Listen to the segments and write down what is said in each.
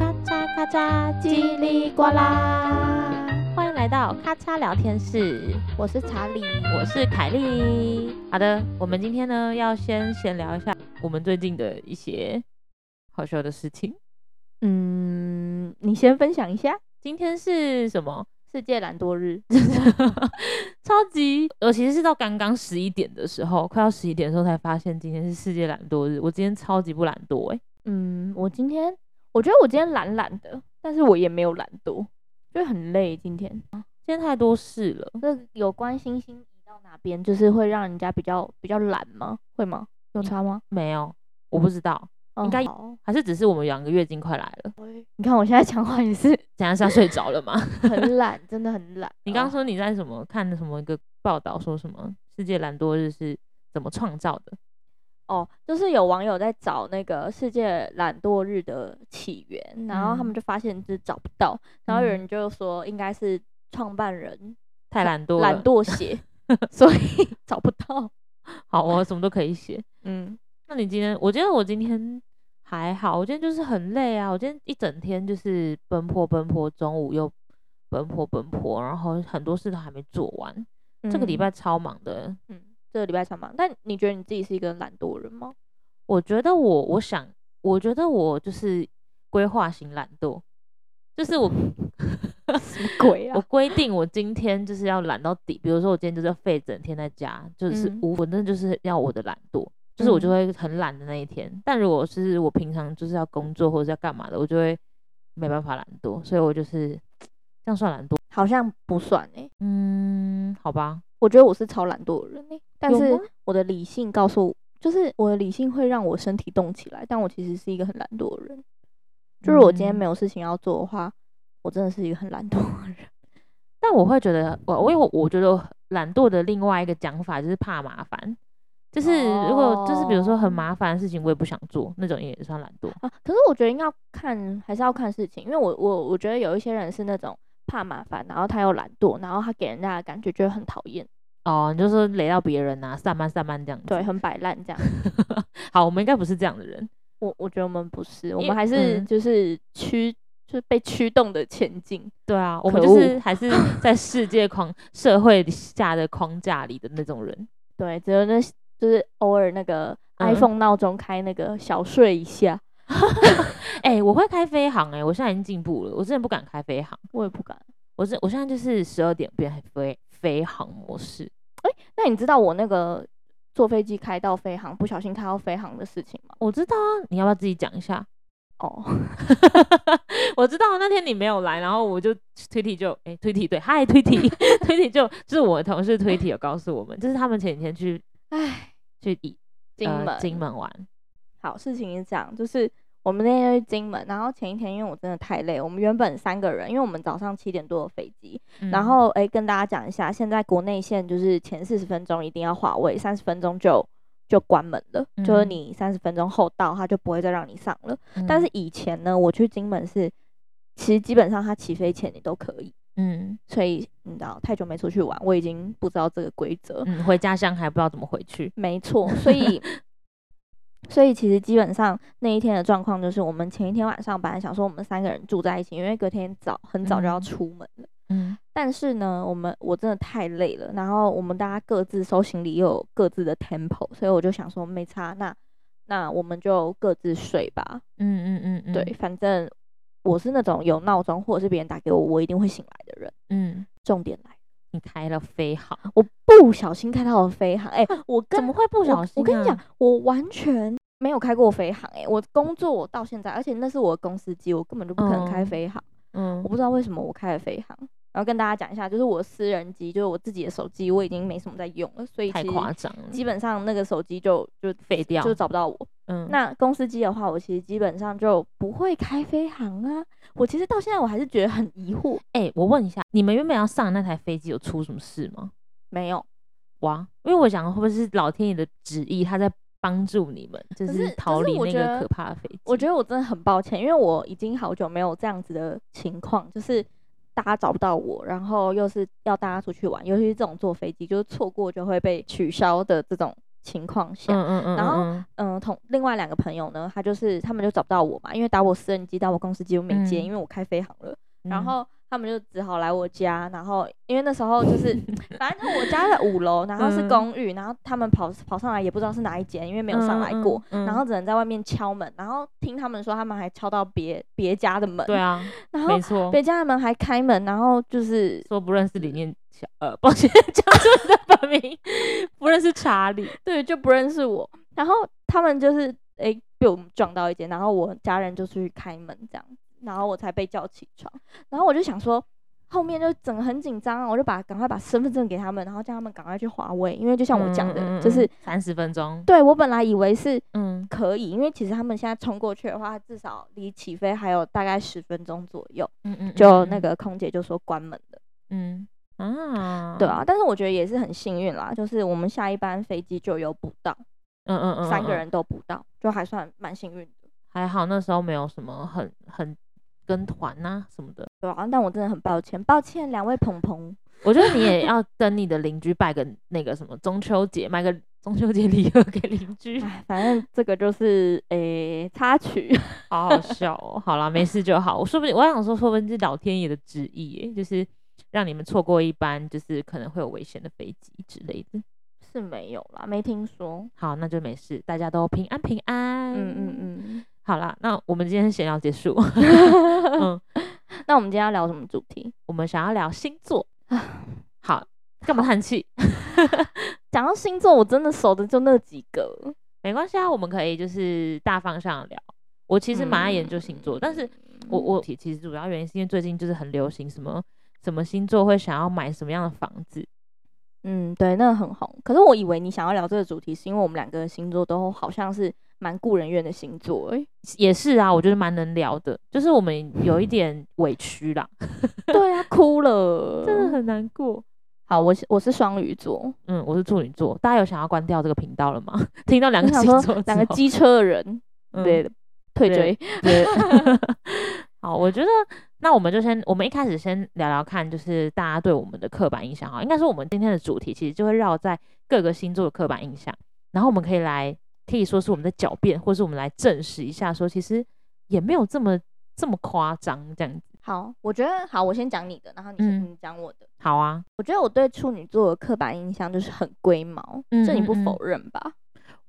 咔嚓叽里呱啦，欢迎来到咔嚓聊天室，我是查理，我是凯莉。好的，我们今天呢要先闲聊一下我们最近的一些好笑的事情。嗯，你先分享一下今天是什么？世界懒惰日。 超级，尤其是到刚刚十一点的时候，快要十一点的时候才发现今天是世界懒惰日。我今天超级不懒惰欸诶、嗯，我今天我觉得我今天懒懒的，但是我也没有懒惰，就很累。今天今天太多事了。这有关星星移到哪边，就是会让人家比较比较懒吗？会吗？有差吗？没有，我不知道，应该嗯好还是只是我们两个月经快来了，你看我现在讲话也是等一下是要睡着了吗？ 很懒，真的很懒。你刚刚哦说你在什么看什么一个报道，说什么世界懒惰日是怎么创造的？哦，就是有网友在找那个世界懒惰日的起源，然后他嗯们就发现就是找不到，然后有嗯人就说应该是创办人太懒惰了，懒惰写，所以 找不到。好，我什么都可以写。嗯，那你今天，我觉得我今天还好，我今天就是很累啊，我今天一整天就是奔波奔波，中午又奔波奔波，然后很多事都还没做完，这个礼拜，超忙的。嗯，这个礼拜上班。但你觉得你自己是一个懒惰人吗？我觉得我，我想，我觉得我就是规划型懒惰，就是我 什么鬼啊我？规定我今天就是要懒到底，比如说我今天就是要废整天在家，就是嗯无我那就是要我的懒惰，就是我就会很懒的那一天。但如果是我平常就是要工作或者是要干嘛的，我就会没办法懒惰，所以我就是这样算懒惰。好像不算诶、嗯，好吧，我觉得我是超懒惰的人诶、欸但有是吗我的理性告诉我，就是我的理性会让我身体动起来，但我其实是一个很懒惰的人。就是我今天嗯没有事情要做的话，我真的是一个很懒惰的人。但我会觉得，我我有我觉得懒惰的另外一个讲法就是怕麻烦，就是如果就是比如说哦很麻烦的事情，我也不想做，那种也算懒惰。啊， 可是我觉得应该要看，还是要看事情，因为我我我觉得有一些人是那种怕麻烦，然后他又懒惰，然后他给人家的感觉就很讨厌，哦，你就说累到别人啊，散漫散漫这样子。对，，很摆烂这样。好，我们应该不是这样的人。我我觉得我们不是，我因们还是嗯就是驱，就是被驱动的前进。对啊，我们可就是还是在世界框社会下的框架里的那种人。对，只有那就是偶尔那个嗯 iPhone 闹钟开那个小睡一下，哎、我会开飞航哎、我现在已经进步了。我之前不敢开飞航，我也不敢。我是我现在就是十二点变飞飞航模式。那你知道我那个坐飞机开到飞航，不小心开到飞航的事情吗？我知道啊，你要不要自己讲一下？ 哦， 我知道那天你没有来，然后我就推体就哎、推体对，嗨推 体推体就就是我的同事推体有告诉我们，就是他们前几天去唉，去以金呃门、金门玩，好，事情是这样，就是我们那天去金门，然后前一天因为我真的太累，我们原本三个人，因为我们早上七点多的飞机，然嗯后诶、跟大家讲一下，现在国内线就是前四十分钟一定要划位，三十分钟就就关门了，就是嗯你三十分钟后到，他就不会再让你上了。但是以前呢，我去金门是，其实基本上他起飞前你都可以。嗯所以你知道太久没出去玩，我已经不知道这个规则。嗯回家乡还不知道怎么回去，没错，所以所以其实基本上那一天的状况就是，我们前一天晚上本来想说我们三个人住在一起，因为隔天早很早就要嗯出门了。嗯。但是呢，我们我真的太累了，然后我们大家各自收行李又有各自的 tempo，所以我就想说没差，那那我们就各自睡吧。嗯嗯嗯嗯，对，，反正我是那种有闹钟或者是别人打给我，我一定会醒来的人。嗯，重点来，你开了飞航，我不小心开到了飞航，哎、我啊跟怎么啊会不小心、啊我？我跟你讲，，我完全没有开过飞航、欸，我工作我到现在，而且那是我的公司机，我根本就不可能开嗯飞航。嗯我，不知道为什么我开了飞航。然后跟大家讲一下，就是我私人机，就是我自己的手机，我已经没什么在用了，所以太其夸实张了，基本上那个手机就就废掉，就找不到我。嗯，那公司机的话，我其实基本上就不会开飞航啊。我其实到现在我还是觉得很疑惑，哎、我问一下，你们原本要上那台飞机有出什么事吗？没有，哇，因为我想会不会是老天爷的旨意，他在帮助你们，就可是逃可是离我那觉得个可怕的飞机。我觉得我真的很抱歉，因为我已经好久没有这样子的情况，就是大家找不到我，然后又是要大家出去玩，尤其是这种坐飞机，就是错过就会被取消的这种情况下，嗯嗯嗯，然后嗯嗯，同另外两个朋友呢，他就是他们就找不到我嘛，因为打我私人机，打我公司机我没接，嗯因为我开飞航了。嗯然后他们就只好来我家，然后因为那时候就是，反正就我家在五楼，然后是嗯公寓，然后他们跑跑上来也不知道是哪一间，因为没有上来过，，嗯嗯嗯然后只能在外面敲门，然后听他们说他们还敲到别别家的门，对，啊，然后没错，别家的门还开门，然后就是说不认识嗯李念乔，呃， 抱歉，讲出你的本名， 不认识查理，对，就不认识我。然后他们就是诶、被我们撞到一间，然后我家人就出去开门这样，然后我才被叫起床。然后我就想说，后面就整个很紧张啊，我就把赶快把身份证给他们，然后叫他们赶快去华为，因为就像我嗯讲的，就是三十分钟，对我本来以为是嗯可以，因为其实他们现在冲过去的话，至少离起飞还有大概十分钟左右。嗯嗯，就嗯那，个空姐就说关门了，嗯啊，对，啊，但是我觉得也是很幸运啦，就是我们下一班飞机就有补到。嗯嗯嗯，三个嗯人都补到，就还算蛮幸运的，还好，那时候没有什么很很跟团呐、什么的。对啊，但我真的很抱歉，抱歉两位鹏鹏，我觉得你也要跟你的邻居拜个那个什么中秋节，买个中秋节礼盒给邻居，哎，反正这个就是诶、插曲， 好好笑哦。 好啦，没事就好。我说不定我想说，说不定是老天爷的旨意耶，就是让你们错过一班就是可能会有危险的飞机之类的。是没有啦，没听说，好，那就没事，大家都平安平安。嗯嗯好啦，那我们今天闲聊结 束。嗯，嗯，那我们今天要聊什么主题？我们想要聊星 座。好，干嘛叹气？讲到星座，我真的熟的就那几个，没关系啊，我们可以就是大方向聊。我其实蛮爱研究星嗯座，但是我我其其实主要原因是因为最近就是很流行什么什么星座会想要买什么样的房子，嗯，对，那个很红，可是我以为你想要聊这个主题，是因为我们两个的星座都好像是蛮顾人怨的星座、欸， 也是啊，我觉得蛮能聊的，就是我们有一点委屈啦，对啊，哭了，真的很难过。好，我是我是双鱼座，嗯，我是处女座，大家有想要关掉这个频道了吗？ 听 到两我个想星说座之后，两个机车的人嗯对的，退对追。对， 好，我觉得那我们就先，我们一开始先聊聊看，就是大家对我们的刻板印象哈，应该说我们今天的主题其实就会绕在各个星座的刻板印象，然后我们可以来可以说是我们在狡辩，或是我们来证实一下，说其实也没有这么这么夸张这样子。好，我觉得好，我先讲你的，然后你先嗯你讲我的。好啊，我觉得我对处女座的刻板印象就是很龟毛，嗯这你嗯不嗯否认吧？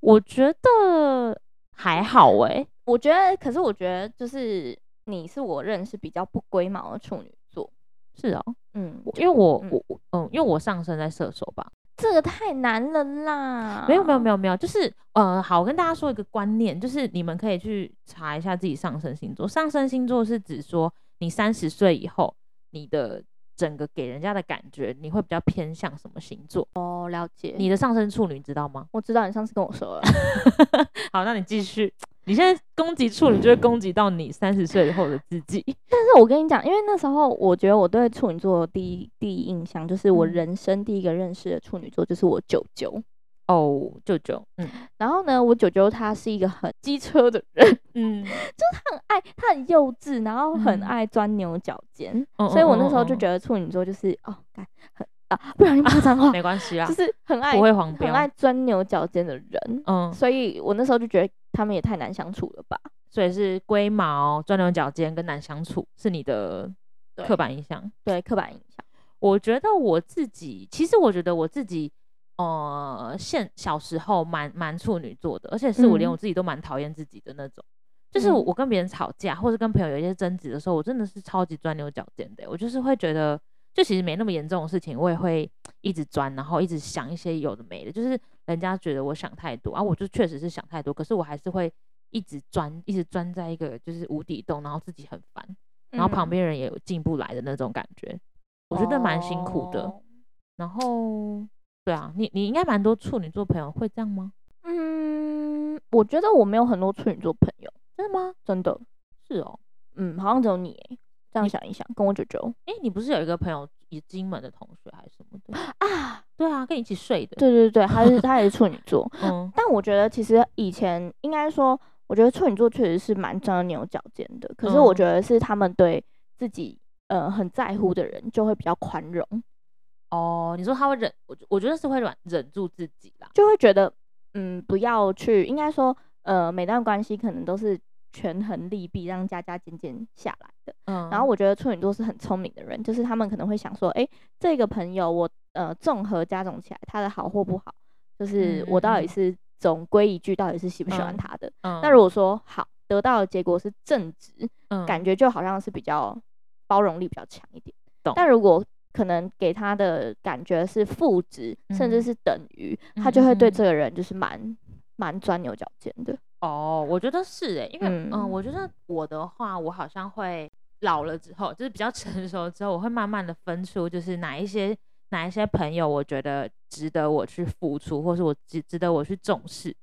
我觉得还好嗯欸诶、我觉得，可是我觉得就是你是我认识比较不龟毛的处女座。是哦，嗯，因为我嗯我我嗯，因为我上升在射手吧，这个太难了啦。没有没有没有，有没有，就是呃，好，我跟大家说一个观念，就是你们可以去查一下自己上升星座。上升星座是指说你三十岁以后，你的整个给人家的感觉，你会比较偏向什么星座？哦，了解。你的上升处女你知道吗？我知道你上次跟我说了， 好，那你继续。你现在攻击处女，就会攻击到你三十岁以后的自己。但是我跟你讲，因为那时候我觉得我对处女座的第一第一印象就是我嗯人生第一个认识的处女座就是我舅舅。哦，舅舅，嗯然后呢，我舅舅他是一个很机车的人，嗯，很爱，他很幼稚，然后嗯很爱钻牛角尖，嗯所以我那时候就得觉得处女座就是哦，干很啊，不小心骂 脏话，没关 系啦啊就，是很爱不会黄很标。爱钻牛角尖的人，嗯，所以我那时候就觉得他们也太难相处了吧。所以是龟毛、钻牛角尖跟难相处是你的对刻板印象。对，刻板印象。我觉得我自己，其实我觉得我自己，呃，现小时候蛮蛮处女座的，而且是我连嗯我自己都蛮讨厌自己的那种。就是我嗯我跟别人吵架，或者跟朋友有一些争执的时候，我真的是超级钻牛角尖的欸、我就是会觉得，就其实没那么严重的事情，我也会一直钻，然后一直想一些有的没的。就是人家觉得我想太多啊，我就确实是想太多，可是我还是会一直钻，一直钻在一个就是无底洞，然后自己很烦。然后旁嗯边人也有进不来的那种感觉，我觉得蛮辛苦的。哦然后，对啊，你你应该蛮多处女座朋友会这样吗？嗯，我觉得我没有很多处女座朋友，真的吗？真的。是哦，嗯，好像只有你欸。这样你想一想，跟我舅舅诶，你不是有一个朋友也金门的同学还是什么 的？啊，对啊，跟你一起睡的。对对对，他 是他也是处女座， 嗯但我觉得其实以前应该说，我觉得处女座确实是蛮钻牛角尖的，可是我嗯觉得是他们对自己呃很在乎的人就会比较宽容，哦，你说他会忍，我我觉得是会忍忍住自己啦。就会觉得嗯，不要去，应该说，呃，每段关系可能都是权衡利弊，让加加减减下来的。嗯，然后我觉得处女座是很聪明的人，就是他们可能会想说，诶，这个朋友我呃综合加总起来，他的好或不好，就是我到嗯嗯嗯底是总归一句，到底是喜不喜欢嗯他的。嗯那如果说好，得到的结果是正直，感嗯觉就好像是比较包容力比较强一点懂。但如果可能给他的感觉是负值，甚至嗯是等于，嗯他就会对嗯这个人就是蛮蛮钻牛角尖的。哦，我觉得是哎、因为嗯嗯我觉得我的话，我好像会老了之后，就是比较 成熟之后，我会慢慢的分出，就是哪一些哪一些朋友，我觉得值得我去付出，或是我值值得我去重视。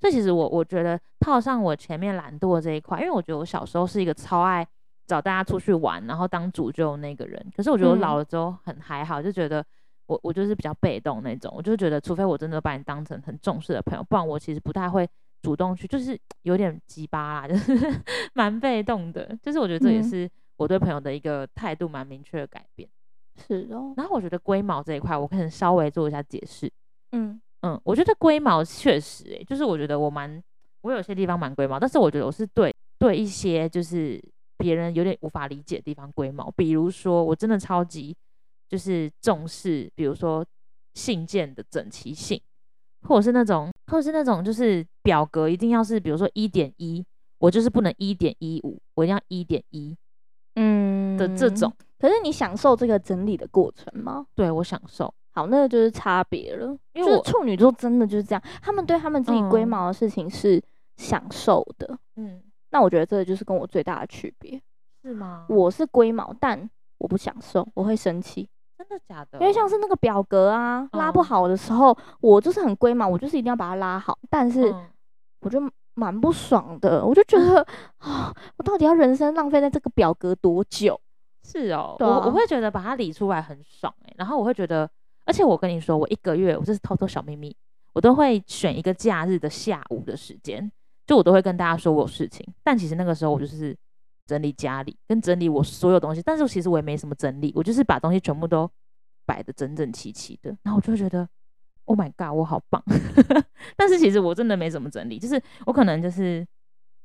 所以其实我我觉得套上我前面懒惰这一块，因为我觉得我小时候是一个超爱找大家出去玩，然后当主就那个人。可是我觉得我老嗯了之后很还好，就觉得我我就是比较被动那种，我就觉得除非我真的把你当成很重视的朋友，不然我其实不太会主动去，就是有点鸡巴啦， 就是蛮被动的。就是我觉得这也嗯是我对朋友的一个态度蛮明确的改变。是哦，然后我觉得龟毛这一块，我可能稍微做一下解释。嗯嗯，我觉得龟毛确实、欸，就是我觉得我蛮，我有些地方蛮龟毛，但是我觉得我是对对一些就是别人有点无法理解的地方龟毛，比如说我真的超级就是重视，比如说信件的整齐性，或者是那种，或者是那种就是表格一定要是，比如说一点一，我就是不能一点一五，我一定要一点一嗯的这种，。可是你享受这个整理的过程吗？对我享受。好，那个就是差别了。因为就是我处女座真的就是这样，他们对他们自己龟嗯毛的事情是享受的。嗯，那我觉得这个就是跟我最大的区别。是吗？我是龟毛，但我不享受，我会生气。真的假的？因为像是那个表格啊，拉不嗯好的时候，我就是很龟毛，我就是一定要把它拉好，但是嗯我就蛮不爽的，我就觉 得啊，我到底要人生浪费在这个表格多久？是哦，对我我啊会觉得把它理出来很爽哎、然后我会觉得，而且我跟你说，我一个月我这是偷偷小秘密，我都会选一个假日的下午的时间，就我都会跟大家说我有事情，但其实那个时候我就是整理家里跟整理我所有东西，但是其实我也没什么整理，我就是把东西全部都摆的整整齐齐的，然后我就会觉得。Oh my god，我好棒！ 但是其实我真的没怎么整理，就是我可能就是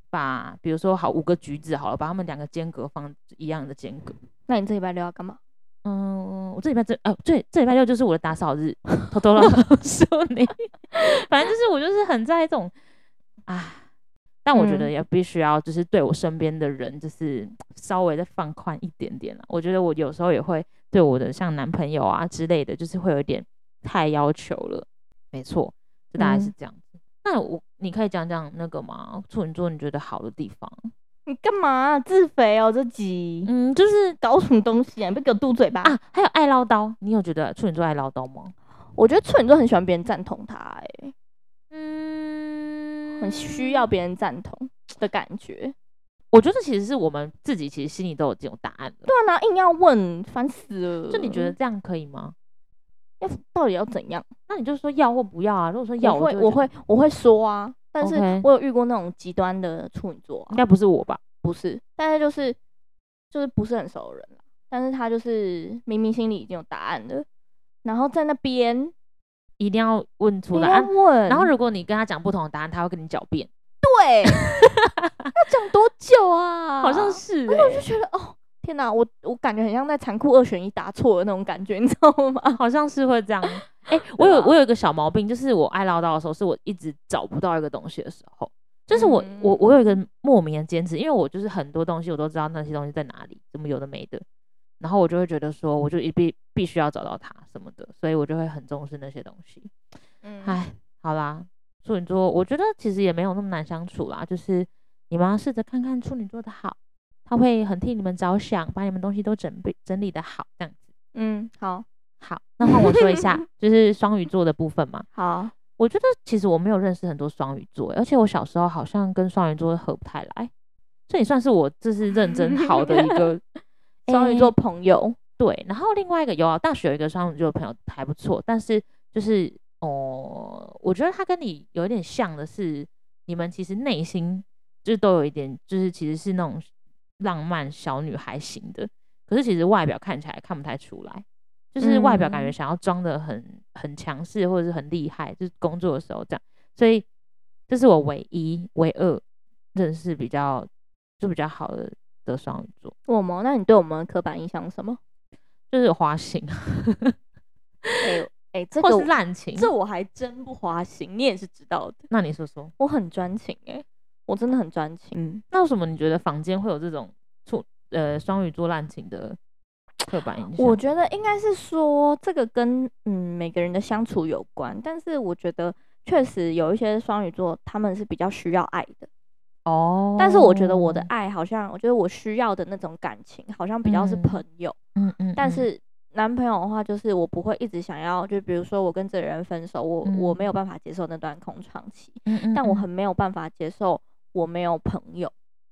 把，比如说好五个橘子好了，把它们两个间隔放一样的间隔，那你这礼拜六要干嘛？嗯，我这礼拜这呃，对，这礼拜六就是我的打扫日，偷偷的 告诉你，反正就是我就是很在一种啊，但我觉得嗯也必须要就是对我身边的人就是稍微再放宽一点点了。我觉得我有时候也会对我的像男朋友啊之类的，就是会有点太要求了。没错，就大概是嗯这样子。那我你可以讲讲那个吗？处女座你觉得好的地方？你干嘛啊、自肥哦？这集、嗯，就是搞什么东西啊？你别给我嘟嘴巴！啊，还有爱唠叨，你有觉得处女座爱唠叨吗？我觉得处女座很喜欢别人赞同他、欸，嗯很需要。别人赞同的感觉。我觉得其实是我们自己其实心里都有这种答案的。对啊，然后硬要问，烦死了。就你觉得这样可以吗？要到底要怎样？那你就说要或不要啊。如果说要，我会就觉我得会我会说啊，但是 OK 我有遇过那种极端的处女座、应啊，该不是我吧？不是，但是就是就是不是很熟的人啦但是他就是明明心里已经有答案了，然后在那边一定要问出不来。要啊问，然后如果你跟他讲不同的答案，他会跟你狡辩， 对要讲多久啊？好像，是、我就欸，觉得哦，天哪，我我感觉很像在残酷二选一答错的那种感觉，你知道 吗？好像是会这样。哎、我有吧我有一个小毛病，就是我爱唠叨的时候，是我一直找不到一个东西的时候，就是我、嗯我我有一个莫名的坚持，因为我就是很多东西我都知道那些东西在哪里，怎么有的没的，然后我就会觉得说，我就一必必须要找到它什么的，所以我就会很重视那些东西。嗯唉，好啦，处女座，我觉得其实也没有那么难相处啦，就是你们要试着看看处女座的好，他会很替你们着想，把你们东西都整备整理的好，这样子。嗯，好好，那换我说一 下，就是双鱼座的部分嘛。好，我觉得其实我没有认识很多双鱼座欸，而且我小时候好像跟双鱼座合不太来，这也算是我这是认真好的一个双鱼诶座朋友，对，然后另外一个有啊，大学有一个双鱼座的朋友还不错，但是就是哦、我觉得他跟你有一点像的是，你们其实内心就是都有一点，就是其实是那种浪漫小女孩型的，可是其实外表看起来看不太出来，就是外表感觉嗯想要装的很很强势或者是很厉害，就是工作的时候这样，所以这是我唯一、唯二认识比较就比较好的的双鱼座，我吗？那你对我们的刻板印象是什么？就是花心哎、哎、这或个是滥情。这我还真不花心，你也是知道的。那你说说，我很专情哎、我真的很专情。嗯，那为什么你觉得房间会有这种处呃双鱼座滥情的刻板印象？我觉得应该是说这个跟嗯每个人的相处有关，但是我觉得确实有一些双鱼座他们是比较需要爱的，哦，但是我觉得我的爱好像，我觉得我需要的那种感情好像比较是嗯朋友，嗯嗯，但嗯是。男朋友的话，就是我不会一直想要，就比如说我跟这个人分手，我、我嗯没有办法接受那段空窗期，嗯嗯但我嗯很没有办法接受我没有朋友，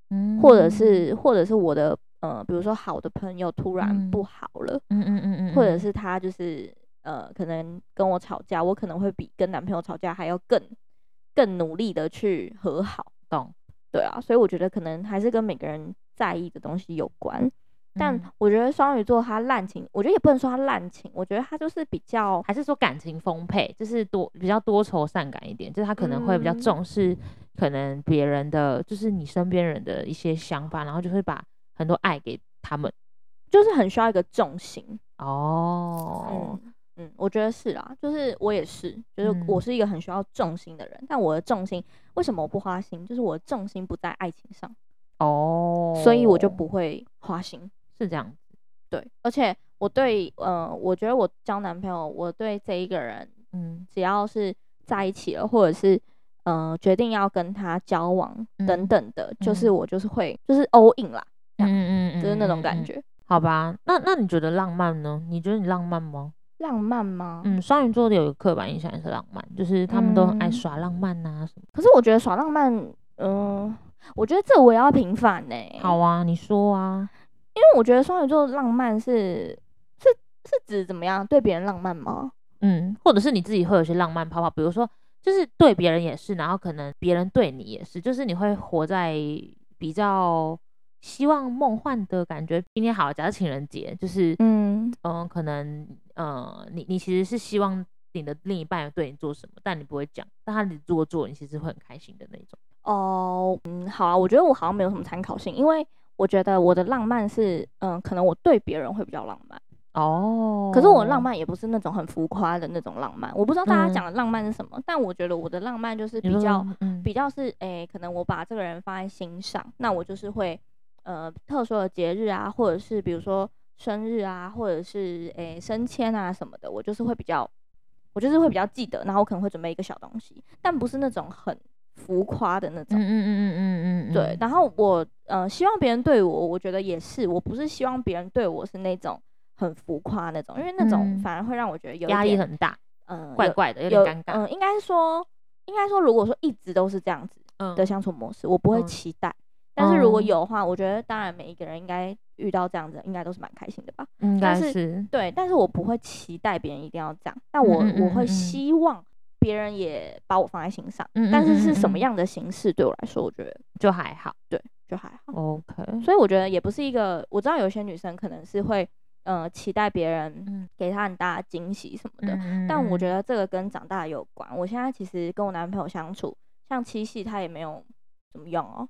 嗯或者是或者是我的呃，比如说好的朋友突然嗯不好了，嗯嗯嗯嗯，或者嗯是他就是呃，可能跟我吵架，我可能会比跟男朋友吵架还要更更努力的去和好。懂，对啊，所以我觉得可能还是跟每个人在意的东西有关。但嗯我觉得双鱼座他滥情，我觉得也不能说他滥情，我觉得他就是比较还是说感情丰沛，就是多比较多愁善感一点，就是他可能会比较嗯重视可能别人的，就是你身边人的一些想法，然后就会把很多爱给他们。就是很需要一个重心。哦，嗯嗯，我觉得是啦，就是我也是，就是嗯我是一个很需要重心的人，但我的重心为什么我不花心？就是我的重心不在爱情上，哦，所以我就不会花心。是这样子，对，而且我对，呃，我觉得我交男朋友，我对这一个人，嗯只要是在一起了，或者是呃决定要跟他交往等嗯等的，就是嗯我就是会就是 all in 啦，这嗯样嗯嗯，就是那种嗯感。嗯嗯觉。好吧，那那你觉得浪漫呢？你觉得你浪漫吗？浪漫吗？嗯，双鱼座的有一个刻板印象也是浪漫，就是他们都很爱嗯耍浪漫啊呐、什么。可是我觉得耍浪漫，嗯、我觉得这我也要平反呢、好啊，你说啊。因为我觉得双鱼座浪漫是是是指怎么样对别人浪漫吗？嗯，或者是你自己会有一些浪漫泡泡，比如说，就是对别人也是，然后可能别人对你也是，就是你会活在比较希望梦幻的感觉。今天好，假设情人节，就是嗯，嗯，可能呃，你你其实是希望你的另一半对你做什么，但你不会讲，但他如果做，你其实会很开心的那种。哦，嗯，好啊，我觉得我好像没有什么参考性，因为我觉得我的浪漫是，嗯，可能我对别人会比较浪漫，哦可是我浪，漫也不是那种很浮夸的那种浪漫，我不知道大家嗯讲的浪漫是什么，但我觉得我的浪漫就是你比说较嗯比较是，诶、可能我把这个人放在心上，那我就是会，呃，特殊的节日啊，或者是比如说生日啊，或者是诶、升迁啊什么的，我就是会比较，我就是会比较记得，然后我可能会准备一个小东西，但不是那种很浮夸的那嗯嗯种。嗯嗯嗯嗯，对，然后我呃希望别人对我，我觉得也是，我不是希望别人对我是那种很浮夸那种，因为那种嗯反而会让我觉得有一压力点很大，嗯怪怪的，有有点有尴尬。嗯，应该说应该说，如果说一直都是这样子嗯的相处模式，我不会嗯期待。但是如果哦有的话，我觉得当然每一个人应该遇到这样子，应该都是蛮开心的吧。应该但是嗯是，对，但是我不会期待别人一定要这样，但我、嗯嗯我嗯会嗯希望别人也把我放在心上。嗯但嗯是嗯是嗯什么嗯样的形式对我来说，我觉得就还好。就还哦好。 OK，所以我觉得也不是一个，我知道有些女生可能是会，呃，期待别人嗯给她很大的惊喜什么的，嗯但我觉得，得这个跟长大有关。我现在其实跟我男朋友相处，像七夕他也没有怎么用哦。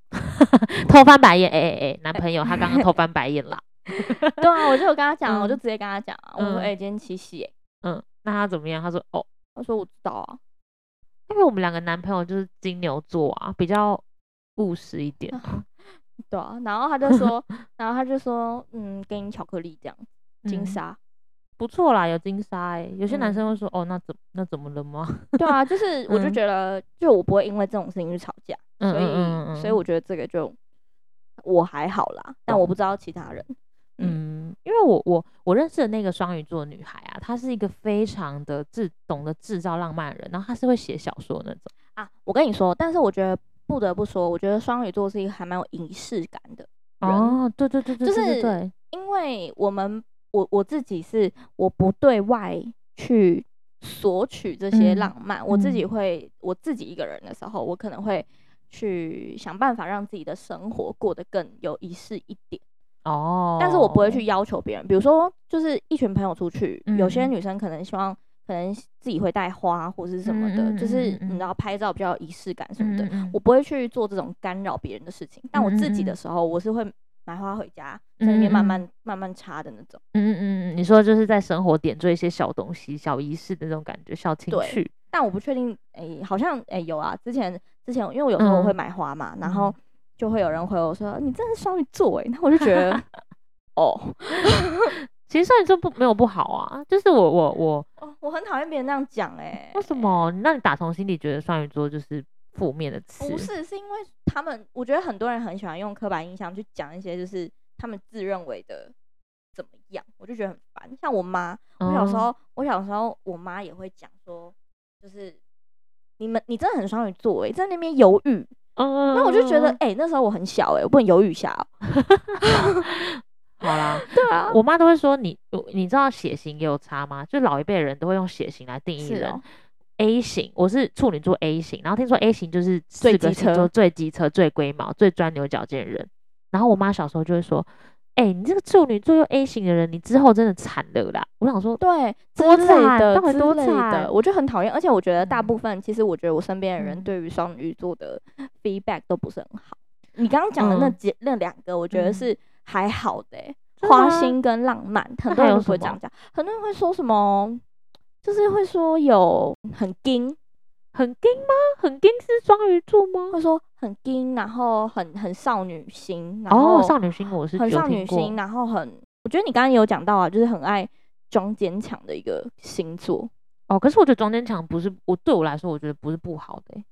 偷翻白眼，哎哎哎，男朋友他刚刚偷翻白眼了，对啊，我就有跟他讲，我就嗯直接跟他讲啊，我说嗯哎、欸今天七夕、欸，嗯，那他怎么样？他说哦，他说我知道啊，因为我们两个男朋友就是金牛座啊，比较务实一点，对啊，然后 他就说，然后他就说，嗯，给你巧克力这样，金嗯沙。不错啦，有金沙哎，有些男嗯生会说哦，那怎那怎么了吗？ 对啊，就是我就嗯觉得，就我不会因为这种事情去吵架。嗯所以、嗯嗯所以我觉得这个就我还好啦，但我不知道其他人。嗯，因为我我我认识的那个双鱼座女孩啊，她是一个非常的制懂得制造浪漫的人，然后她是会写小说那种，啊，我跟你说，但是我觉得不得不说，我觉得双鱼座是一个还蛮有仪式感的，人哦，对对对对，就对对是对，因为我们我我自己是我不对外去索取这些嗯浪漫，我自嗯己会我自己一个人的时候，我可能会去想办法让自己的生活过得更有仪式一点。哦，但是我不会去要求别人。比如说，就是一群朋友出去，有些嗯女生可能希望可能自己会带花或是什么的，嗯嗯就是嗯嗯嗯你知道拍照比较有仪式感什么的，嗯嗯我不会去做这种干扰别人的事情。但我自嗯己嗯嗯的时候，我是会买花回家，在那边慢慢、慢慢插的那种。嗯嗯嗯，你说就是在生活点缀一些小东西、小仪式的那种感觉，小情对趣。但我不确定，诶、好像诶、有啊，之前之前因为我有时候我嗯会买花嘛，然后就会有人回我说你真的是双鱼座欸诶、那我就觉 得哦其实双鱼座不没有不好啊，就是我我我哦，我很讨厌别人那样讲欸诶、为什？么？那你打从心底觉得双鱼座就是负面的词？不是，是因为他们，我觉得很多人很喜欢用刻板印象去讲一些就是他们自认为的怎么样，我就觉得很烦。像我妈，嗯，我小时候，我小时候我妈也会讲说，就是你们你真的很双鱼座诶、在那边犹豫，嗯，嗯，那我就觉得嗯诶、那时候我很小诶、我不能犹豫一下哦、好啦，对啊，我妈都会说你，我你知道血型也有差吗？就老一辈人都会用血型来定义是人。哦 A 型，我是处女座 A 型，然后听说 A 型就是四最个机星车座最机车、最龟毛、最钻牛角尖的人。然后我妈小时候就会说：“哎、你这个处女座又 A 型的人，你之后真的惨了啦！”我想说，对，多之类惨的，到底之多类惨的，我就很讨厌。而且我觉得大嗯部分，其实我觉得我身边的人嗯对于双鱼座的 feedback 都不是很好。你刚刚讲的那嗯几、那两个，我觉得嗯是还好的、欸，真的花吗心跟浪漫，很那还多人有都不会什这样么讲，很多人会说什么，就是会说有很硬，很硬吗？很硬是双鱼座吗？会说很硬，然后很很少女心，然后哦，少女心我是很有少听女过心，啊然后很，我觉得你刚刚也有讲到啊，就是很爱装坚强的一个星座。哦，可是我觉得中间强不是我对我来说，我觉得不是不好的欸、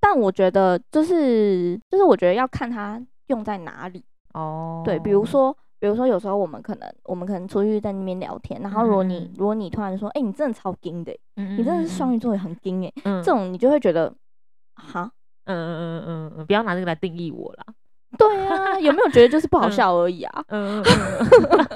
但我觉得就是就是我觉得要看它用在哪里。哦，对，比如说比如说有时候我们可能我们可能出去在那边聊天，然后如果你、嗯嗯嗯如果你突然说，哎、你真的超硬的欸、嗯，你真嗯的是双，鱼座也很硬哎、嗯嗯嗯这种你就会觉得，哈，嗯嗯嗯嗯嗯，不要拿这个来定义我啦。 对啊，有没有觉得就是不好嗯笑而已啊？嗯，嗯嗯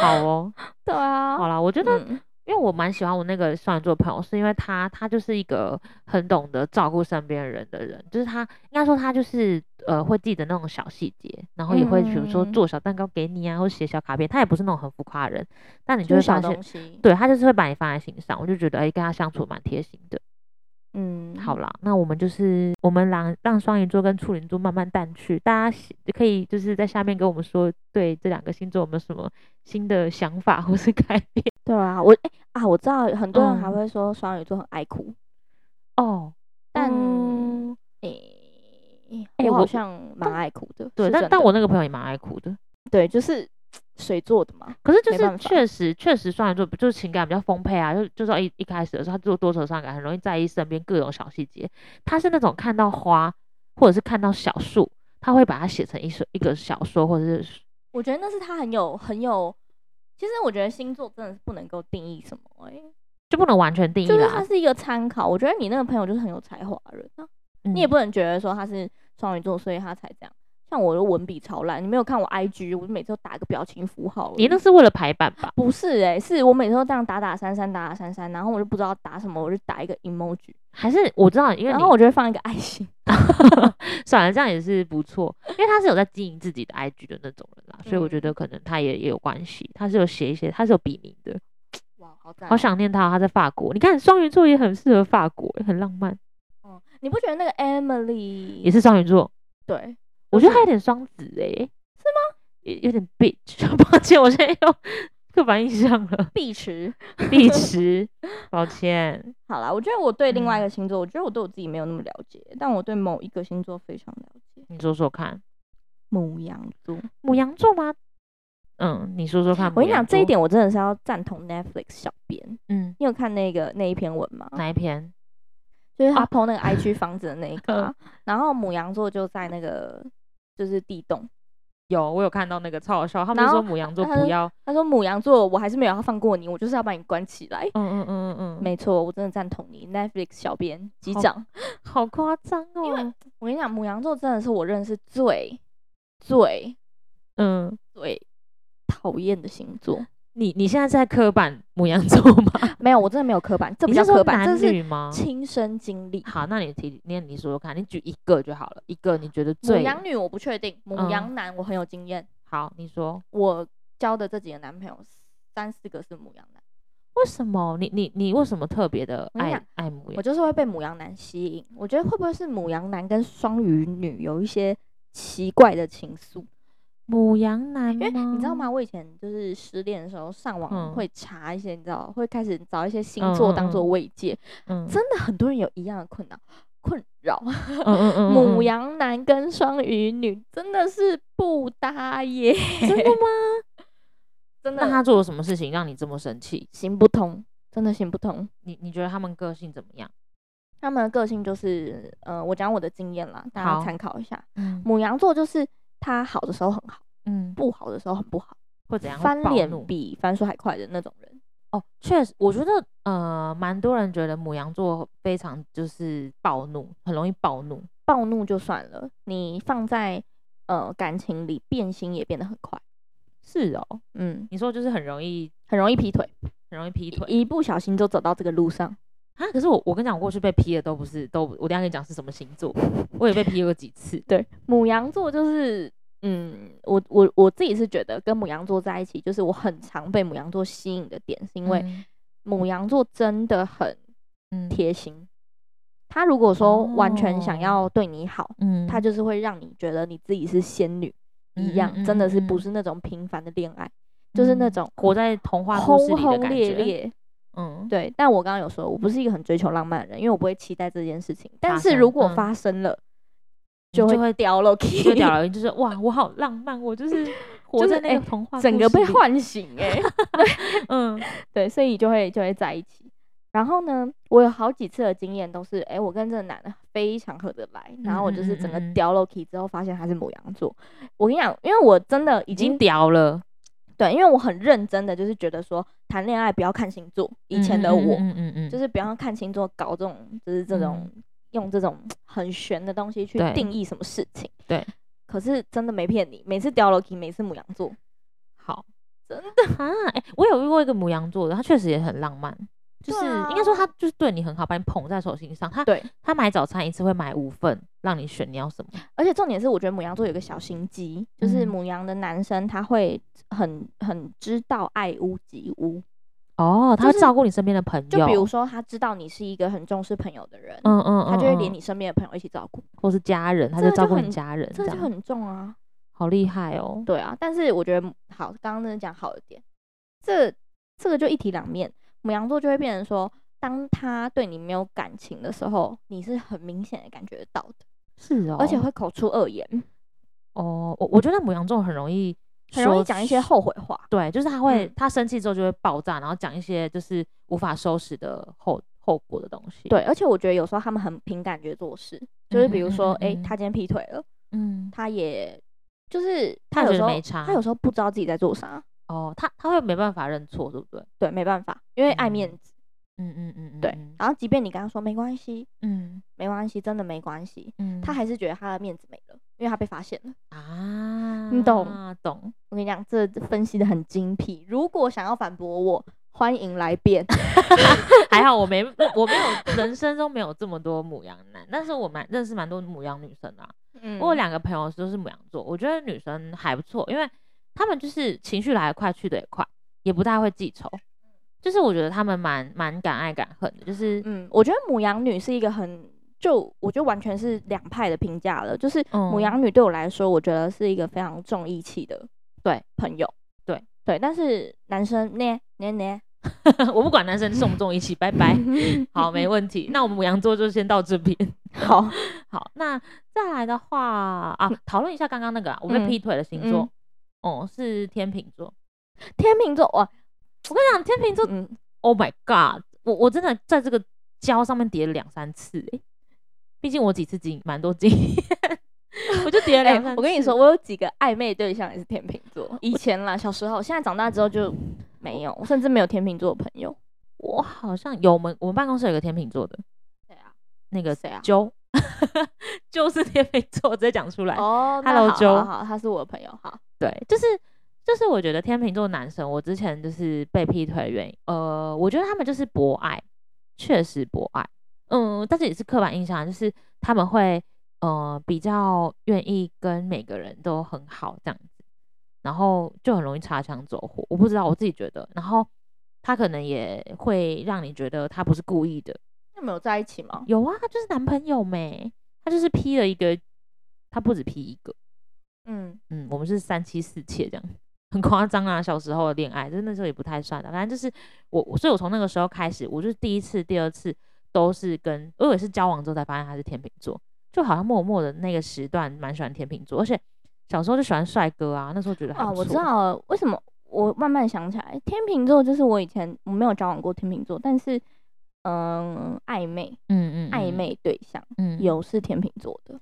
好哦，对啊，好啦，我觉得，嗯因为我蛮喜欢我那个双鱼座朋友，是因为他他就是一个很懂得照顾身边人的人，就是他应该说他就是呃会记得那种小细节，然后也会比如说嗯做小蛋糕给你啊，或写小卡片，他也不是那种很浮夸的人，但你就会是小发现东，西，对他就是会把你放在心上，我就觉得哎、跟他相处蛮贴心的。嗯，好啦，那我们就是我们让让双鱼座跟处女座慢慢淡去，大家喜可以就是在下面给我们说，对这两个星座有没有什么新的想法或是改变？对啊，我哎、啊，我知道很多人还嗯会说双鱼座很爱哭，哦，但嗯哎、哎我我好像蛮但爱哭的。对，是但真但的我那个朋友也蛮爱哭的，对就是水做的嘛，可是就没是办法确实确实双鱼座不就是情感比较丰沛啊，就就说一一开始的时候，他就多愁善感，很容易在意身边各种小细节。他是那种看到花或者是看到小树，他会把它写成一首一个小说或者是我觉得那是他很有很有。其实我觉得星座真的是不能够定义什么、欸，就不能完全定义就是啦它。是一个参考。我觉得你那个朋友就是很有才华的人、啊，你也嗯不能觉得说他是双鱼座，所以他才这样。像我的文笔超烂，你没有看我 IG，我就每次都打一个表情符号而已。你那是为了排版吧？不是哎、是我每次都这样打打删删打打删删，然后我就不知道打什么，我就打一个 emoji，还是我知道，因为然你后我就会放一个爱心。算了，这样也是不错，因为他是有在经营自己的 IG 的那种人啦，所以我觉得嗯可能他也也有关系，他是有写一些，他是有笔名的。哇，好赞好哦想念他，他在法国，你看双鱼座也很适合法国，欸很浪漫，哦！你不觉得那个 Emily 嗯也是双鱼座，对？我都觉得是他有点双子诶、是吗？有有点 bitch，抱 歉，我现在又刻板印象 了碧池。碧池，抱歉，好啦，我觉得我对另外一嗯个星座，我觉得我对我自己没有那么了解，但我对某一个星座非常了解，你说说看，母羊座。母羊座吗？嗯，你说说看，我跟你母羊讲，这一座，点我真的是要赞同 Netflix 小编。嗯，你有看那个那一篇文吗？哪一篇？就是他啊 PO 那个 IG 房子的那一个、啊，嗯然后母羊座就在那个就是地洞。有，我有看到那个超好笑，他们然就说后母羊座他不就要，他说母羊座，我还是没有要放过你，我就是要把你关起来。嗯嗯嗯嗯嗯，没错，我真的赞同你，Netflix 小编机好长。好夸张因为哦，我跟你讲，母羊座真的是我认识最最嗯，最讨厌的星座。你你现在是在刻板母羊座吗？ 没有，我真的没有刻板，这不你叫是刻说板，这男是女吗？亲身经历。好，那你提，你你说说看，你举一个就好了，一个你觉得母最羊女我不确定，母嗯羊男我很有经验。好，你说我交的这几个男朋友，三四个是母羊男。为什么？你你你为什么特别的我跟你爱讲爱母我羊？就是会被母羊男吸引。我觉得会不会是母羊男跟双鱼女有一些奇怪的情愫？母羊男，因为你知道？吗？我以前就是失恋的时候，上网嗯会查一些，你知道，会开始找一些星座嗯嗯当嗯做慰藉。嗯真的很多人有一样的困扰，困扰。嗯嗯嗯， 母嗯，羊男跟双鱼女真的是不搭 耶，嗯 真的吗？真那的他做了什么事情让你这么生气？行不通，真的行不通。你你觉得他们个性怎么样？他们的个性就是，呃，我讲我的经验啦，大家好参考一下。嗯母羊座就是他好的时候很好，嗯，不好的时候很不好，会怎样？会翻暴脸怒比翻书还快的那种人。哦，确实，我觉得呃，蛮多人觉得母羊座非常就是暴怒，很容易暴怒。暴怒就算了，你放在呃感情里变心也变得很快，是哦，嗯，你说就是很容易很容易劈腿，很容易劈 腿一一不小心就走到这个路上。啊？可是我我跟你讲，我过去被劈的都不是都，我等一下跟你讲是什么星座，我也被劈过几次。对，母羊座就是，嗯，我我我自己是觉得跟母羊座在一起，就是我很常被母羊座吸引的点，是因为嗯母羊座真的很嗯贴心。他如果说完全想哦要对你好，嗯他就是会让你觉得你自己是仙女一样，真的是不是那种平凡的恋爱，就是那嗯种活在童话故轰事里的轰感烈觉。烈。嗯，对，但我刚刚有说，我不是一个很追求浪漫的人，因为我不会期待这件事情。但发是生如果嗯发生了，你就就会会掉了 key，就 屌人就是哇，我好浪漫，我就是活就是在那哎个童话故事整里，个被 唤醒哎、嗯对，所以就会就会在一起。然后呢，我有好几次的经验都是，哎、我跟这个男的非常合得来，然后我就是整嗯个嗯嗯嗯嗯掉 l o k 之后，发现他是母羊座。我跟你讲，因为我真的已已经经屌了。对，因为我很认真的就是觉得说，谈恋爱不要看星座。以前嗯的嗯我、嗯嗯嗯，就是是不要看星座搞这种，就是这种、用这种很玄的东西去对定义什么事情。对。可是真的没骗你，每次掉 l o k 每次母羊座，好。真的 啊，哎、我有遇过一个母羊座的，他确实也很浪漫，就是、对啊应该说他就是对你很好，把你捧在手心上。他对，他买早餐一次会买五份，让你选你要什么。而且重点是，我觉得母羊座有个小心机，就是嗯母羊的男生他会很很知道爱屋及乌。哦，他就是会照顾你身边的朋友，就比如说，他知道你是一个很重视朋友的人，嗯嗯，他就会连嗯嗯你身边的朋友一起照顾，或是家人，他这就就照顾很你家人，这这就样很重啊。好厉害哦。对啊，但是我觉得好，刚刚真的讲好一点，这这个就一体两面。母羊座就会变成说，当他对你没有感情的时候，你是很明显的感觉得到的，是哦，而且会口出恶言，哦，我我觉得母羊座很容易很容易说讲一些后悔话。对，就是他会、嗯他生气之后就会爆炸，然后讲一些就是无法收拾的后后果的东西。，对，而且我觉得有时候他们很凭感觉做事，就是比如嗯嗯说，嗯诶，嗯嗯他今天劈腿了，嗯，他也就是他他有觉时得候没差他有时候不知道自己在做啥，哦，他他会没办法认错，对不对？对，没办法，因为爱面嗯子。嗯嗯嗯嗯，对嗯然后即便你跟他说没关系，嗯没关系，真的没关系，嗯，他还是觉得他的面子没了，因为他被发现了。啊，你懂懂，我跟你讲，这这分析的很精辟。如果想要反驳我，欢迎来辩。还好我没我没有人生中没有这么多母羊男，但是我蛮认识蛮多母羊女生的啊。 嗯我有两个朋友都是母羊座，我觉得女生还不错，因为她们就是情绪来得快，去得也快，也不太会记仇。就是我觉得她们蛮蛮敢爱敢恨的，就是 嗯，我觉得母羊女是一个很。就我觉得完全是两派的评价了，就是母嗯羊女对我来说，我觉得是一个非常重义气的对朋友，对对，但是男生呢呢呢，我不管男生送不送一起，拜拜。好，没问题。那我们母羊座就先到这边。 好，好，那再来的话啊，讨论一下刚刚那个啊我被嗯劈腿的星座嗯，哦、是天秤座。天秤座哇，我跟你讲，天秤座嗯， ，Oh my God，我我真的在这个胶上面叠了两三次、欸，毕竟我几次经蛮多经验，我就叠了哎、两三次、我跟你说，，我有几个暧昧对象也是天秤座，以前啦，小时候，现在长大之后就没有，甚至没有天秤座的朋友。我好像有我们我们办公室有个天秤座的对啊，那个谁啊揪， 就是天秤座，直接讲出来。哦那 Hello，好周好好，他是我的朋友，好，对，就是就是，我觉得天秤座男生，我之前就是被劈腿的原因，呃，我觉得他们就是博爱，确实博爱，嗯，但是也是刻板印象，就是他们会呃比较愿意跟每个人都很好这样子，然后就很容易擦枪走火，我不知道我自己觉得，然后。他可能也会让你觉得他不是故意的。那没有在一起吗？有啊，他就是男朋友没，他就是劈了一个，他不止劈一个。嗯，嗯，我们是三妻四妾这样，很夸张啊。小时候的恋爱，就是那时候也不太算的，反正就是我，所以我从那个时候开始，我就是第一次、第二次都是跟，我也是交往之后才发现他是天秤座，就好像默默的那个时段蛮喜欢天秤座，而且小时候就喜欢帅哥啊，那时候觉得还哦，不我知错，道了，为什么我慢慢想起来，天秤座就是我以前我没有交往过天秤座，但是嗯，暧昧嗯嗯，暧嗯，昧对象、嗯，有是天秤座的，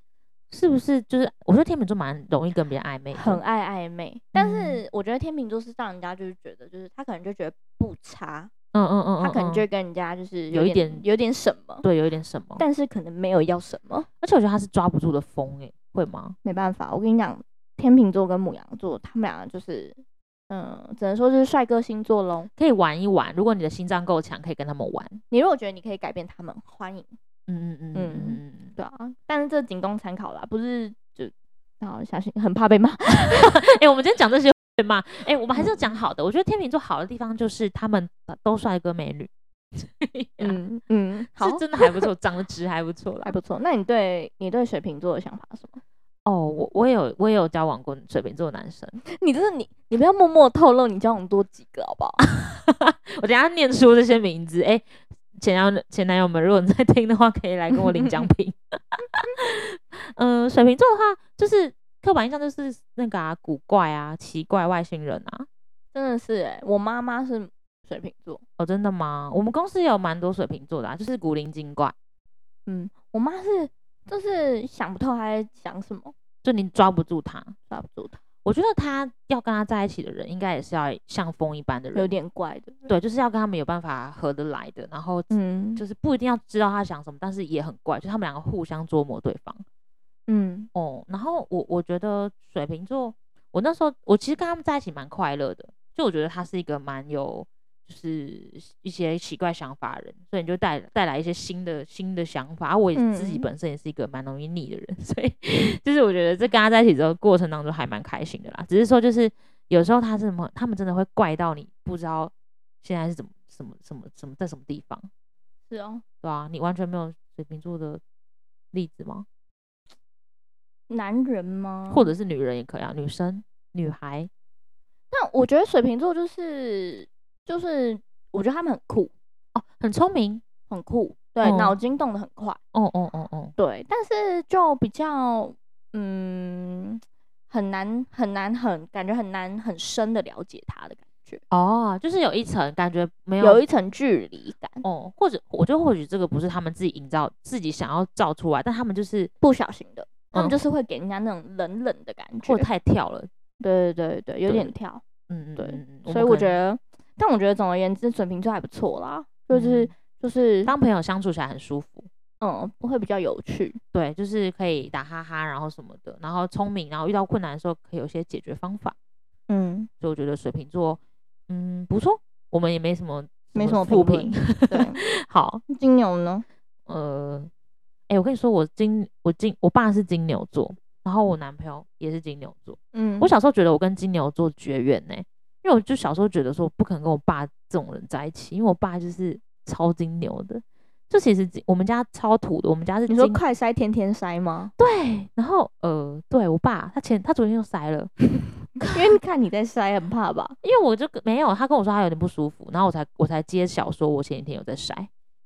是不是就是我觉得天秤座蛮容易跟别人暧昧的，嗯很爱暧昧，但是我觉得天秤座是让人家就是觉得就是他可能就觉得不差，嗯嗯嗯，他可能嗯就会跟人家就是有一点点有点什么，对有一点什么，但是可能没有要什么，而且我觉得他是抓不住的风诶、欸会吗？没办法，我跟你讲，天秤座跟母羊座，他们两个就是，嗯，只能说就是帅哥星座喽。可以玩一玩，如果你的心脏够强，可以跟他们玩。你如果觉得你可以改变他们，欢迎，嗯嗯嗯嗯嗯嗯。对啊，但是这仅供参考啦，不是就啊，小心很怕被骂。哎、我们今天讲这些会骂，哎、我们还是要嗯讲好的。我觉得天秤座好的地方就是他们都帅哥美女， 嗯嗯，好是，真的还不错，长得直还不错还啦。不错。那你对你对水瓶座的想法是什么？哦，我我也有我也有交往过水瓶座的男生， 你真的你你不要默默透露你交往多几个好不好？ 我等一下念出这些名字，哎、前男前男友们，如果你在听的话，可以来跟我领奖品。 嗯、水瓶座的话，就是刻板印象就是那个啊，古怪啊，奇怪外星人啊。真的是哎、我妈妈是水瓶座，哦，真的吗？我们公司也有蛮多水瓶座的、啊，就是古灵精怪，嗯，我妈是就是想不透她在想什么，就你抓不住他。抓不住她，我觉得他要跟他在一起的人，应该也是要像风一般的有人，点怪的。对，就是要跟他们有办法合得来的，然后嗯，就是不一定要知道他想什么，但是也很怪，就他们两个互相捉摸对方。嗯哦，然后我我觉得水瓶座，我那时候我其实跟他们在一起蛮快乐的，就我觉得他是一个蛮有就是一些奇怪想法的人，所以你就带带来一些新的新的想法。啊我也自己嗯本身也是一个蛮容易腻的人， 所以就是我觉得这跟他在一起之后过程当中还蛮开心的啦。只是说就是有时候他是什么，他们真的会怪到你不知道现在是怎么什么什么什么在什么地方，，是哦，对啊，你完全没有水瓶座的例子吗？男人吗？或者是女人也可以啊，女生、女孩，嗯但我觉得水瓶座就是就是，我觉得他们很酷，哦，很聪明，很酷，对，哦脑、筋动得很快，哦哦哦哦，对，但是就比较嗯，很难很难很感觉很难很深的了解他的感觉，哦，就是有一层感觉没有，有一层距离感，哦，或者我觉得或许这个不是他们自己营造、自己想要造出来，但他们就是不小心的，嗯他们就是会给人家那种冷冷的感觉，或者太跳了，对对对对，有对点跳，嗯嗯，对嗯嗯所以我觉得得，但我觉得总而言之，水瓶座还不错啦，就是、就是嗯当朋友相处起来很舒服，嗯，会比较有趣，对，就是可以打哈哈，然后什么的，然后聪明，然后遇到困难的时候可以有一些解决方法，嗯。所以我觉得水瓶座，嗯，不错，我们也没什么没什么负评论评， 对，好， 金牛呢？呃，哎、我跟你说，我金我金我爸是金牛座，然后我男朋友也是金牛座。嗯我小时候觉得我跟金牛座绝缘呢、因为我就小时候觉得说不可能跟我爸这种人在一起，因为我爸就是超金牛的。就其实金我们家超土的，我们家是你说金快筛天天筛吗？对，然后呃，对我爸他前他昨天又塞了， 因为看你在筛，很怕吧？因为我就跟没有他跟我说他有点不舒服，然后我才我才揭晓说我前几天有在塞，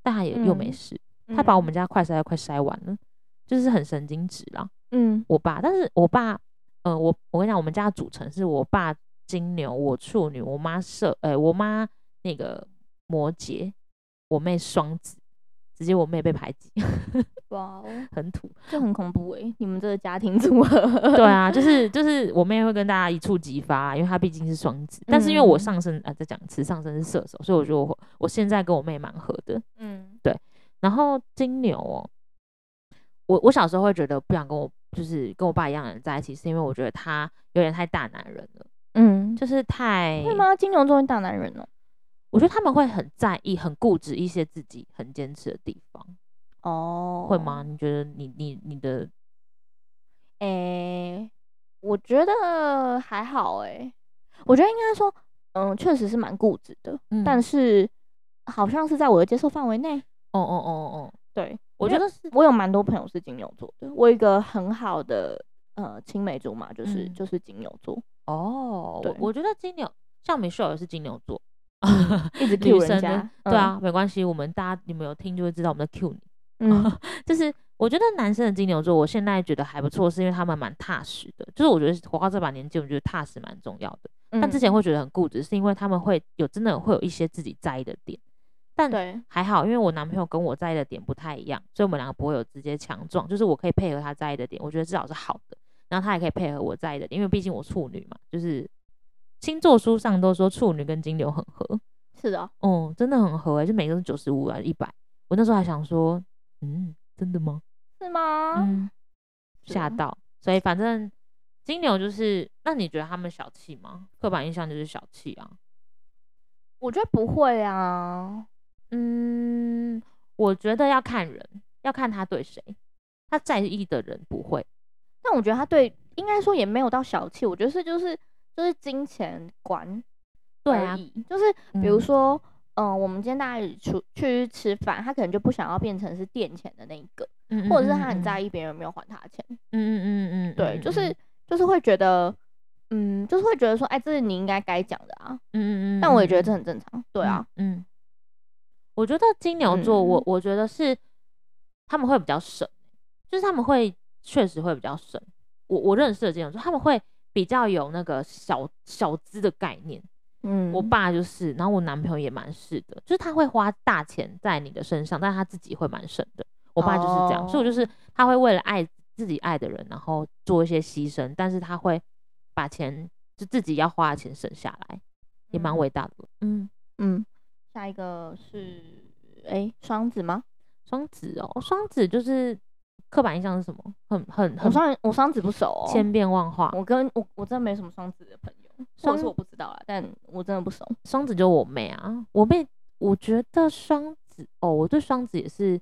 但他也、又没嗯事，他把我们家快塞快塞完了，就是很神经质啦。嗯我爸，但是我爸，呃，我我跟你讲，我们家的组成是我爸金牛，我处女，我妈射，呃，我妈那个摩羯，我妹双子，直接我妹被排挤， 哇哦，很 土。这很恐怖诶、你们这个家庭组合，对啊，就是就是我妹会跟大家一触即发，因为她毕竟是双子，但是因为我嗯上升啊、再讲一次，上升是射手，所以我觉得我我现在跟我妹蛮合的。 嗯然后金牛哦，我我小时候会觉得不想跟我就是跟我爸一样的人在一起，是因为我觉得他有点太大男人了。嗯，就是太，会？吗？金牛座是大男人哦、我觉得他们会很在意、很固执一些自己很坚持的地方，哦，会吗？？你觉得你你你的欸诶、我觉得还好诶、我觉得应该说嗯，确实是蛮固执的，嗯但是好像是在我的接受范围内。哦哦哦哦哦，对我因觉为得是我有蛮多朋友是金牛座的，我有一个很好的呃青梅竹马，就是、嗯就是金牛座，哦，对我我觉得金牛像 Michelle 也是金牛 座，嗯一直女 Q 生人呢家，对啊，没关系，我们大家你们有听就会知道我们在 cue 你，嗯，嗯， 就是我觉得男生的金牛座，我现在觉得还不错，是因为他们蛮踏实的，就是我觉得活到这把年纪，我觉得踏实蛮重要的。嗯但之前会觉得很固执，是因为他们会有真的会有一些自己在意的点，嗯对，还好，因为我男朋友跟我在意的点不太一样，所以我们两个不会有直接强撞，就是我可以配合他在意的点，我觉得至少是好的，然后他也可以配合我在意的点，因为毕竟我处女嘛，就是星座书上都说处女跟金牛很合，是的，哦，真的很合诶、就每个人九十五啊一百，我那时候还想说，嗯，真的吗？是吗？嗯，是吓哦到，所以反正金牛就是，那你觉得他们小气吗？刻板印象就是小气啊，我觉得不会啊，嗯，我觉得要看人，要看他对谁，他在意的人不会。但我觉得他对，应该说也没有到小气，我觉得是就是就是金钱观对而啊已，就是比如嗯说，嗯、我们今天大家一起出去吃饭，他可能就不想要变成是垫钱的那一个，嗯或者是他很在意，意别人有没有还他钱，嗯嗯嗯嗯嗯，对，就嗯是就是会觉得，嗯，就是会觉得说，哎，这是你应该该讲的啊，嗯嗯嗯，但我也觉得嗯这很正常，对啊，，嗯嗯，嗯我觉得金牛座，我我觉得是他们会比较省，就是他们会确实会比较省。我我认识的金牛座，他们会比较有那个小小资的概念。嗯，我爸就是，然后我男朋友也蛮是的，就是他会花大钱在你的身上，但他自己会蛮省的。我爸就是这样，所以我就哦是他会为了爱自己爱的人，然后做一些牺牲，但是他会把钱就自己要花的钱省下来，也蛮嗯伟大的。嗯，嗯，下一个是哎双子吗？双子哦，双子就是刻板印象是什么？很很我很双我双子不熟哦，千变万化。我跟我我真的没什么双子的朋友，或双者是我不知道啦，但我真的不熟。双子就我妹啊，我妹，我觉得双子哦，我对双子也是，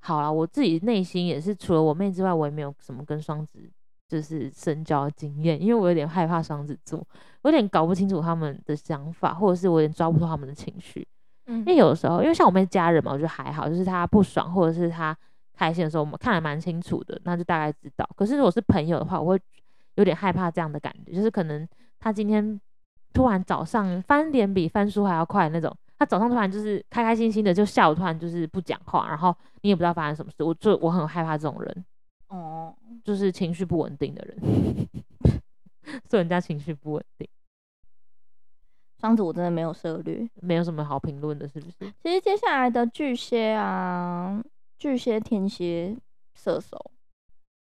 好啦，我自己内心也是，除了我妹之外，我也没有什么跟双子就是深交的经验，因为我有点害怕双子座，我有点搞不清楚他们的想法，或者是我有点抓不住他们的情绪。嗯因为有的时候，因为像我妹家人嘛，我觉得还好，就是她不爽或者是她开心的时候，我们看得蛮清楚的，那就大概知道。可是如果是朋友的话，我会有点害怕这样的感觉，就是可能她今天突然早上翻脸比翻书还要快那种，她早上突然就是开开心心的，就下午突然就是不讲话，然后你也不知道发生什么事，我就我很害怕这种人，哦，就是情绪不稳定的人， 所以人家情绪不稳定，双子我真的没有涉略。没有什么好评论的，是不是？其实接下来的巨蟹啊，巨蟹、天蝎、射手，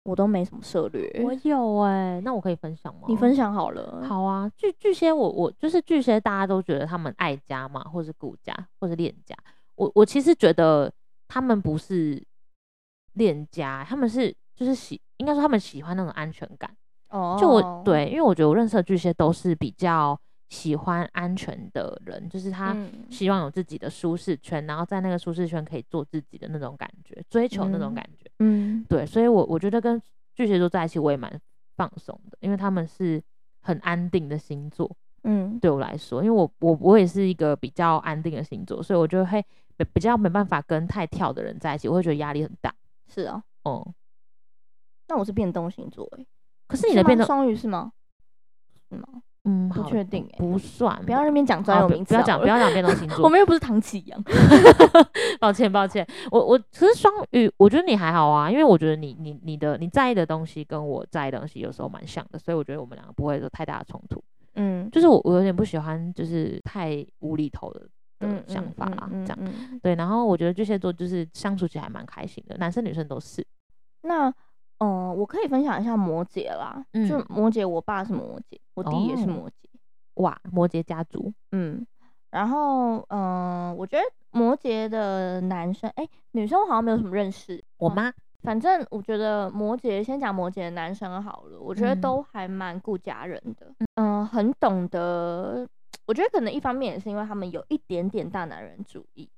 我都没什么涉略。有哎、那我可以分享吗你分享好了。，好啊，巨巨蟹我，我就是巨蟹，大家都觉得他们爱家嘛，或是顾家，或是恋家。我我其实觉得他们不是恋家，他们是就是喜，应该说他们喜欢那种安全感。哦就我，对，因为我觉得我认识的巨蟹都是比较喜欢安全的人，就是他嗯希望有自己的舒适圈，然后在那个舒适圈可以做自己的那种感觉，追求那种嗯感觉。嗯对，所以我我觉得跟巨蟹座在一起我也蛮放松的，因为他们是很安定的星座。嗯对我来说，因为我我我也是一个比较安定的星座，所以我就会比比较没办法跟太跳的人在一起，我会觉得压力很大。是啊。哦、那我是变动星座诶，可是你的变吗动，双鱼是吗？是吗？嗯，不好确定诶，不算，不要在那边讲专好有不名词不要好讲，不了要讲变动星 我座，们又不是唐启 阳。抱歉抱歉，我我其实双鱼，我觉得你还好啊，因为我觉得你你你的你在意的东西跟我在意的东西有时候蛮像的，所以我觉得我们两个不会有太大的冲突。嗯，就是我我有点不喜欢就是太无厘头的嗯的想法啦，这样。嗯嗯对，然后我觉得巨蟹座就是相处起来蛮开心的，男生女生都是。那嗯、呃我可以分享一下摩羯啦，就嗯摩羯，我爸是摩羯，我弟也是哦摩羯，哇，摩羯家族，嗯，然后嗯、呃我觉得摩羯的男生，哎、女生我好像没有什么认识，我嗯妈，反正我觉得摩羯，先讲摩羯的男生好了，我觉得嗯都还蛮顾家人的，嗯、很懂得，我觉得可能一方面也是因为他们有一点点大男人主义，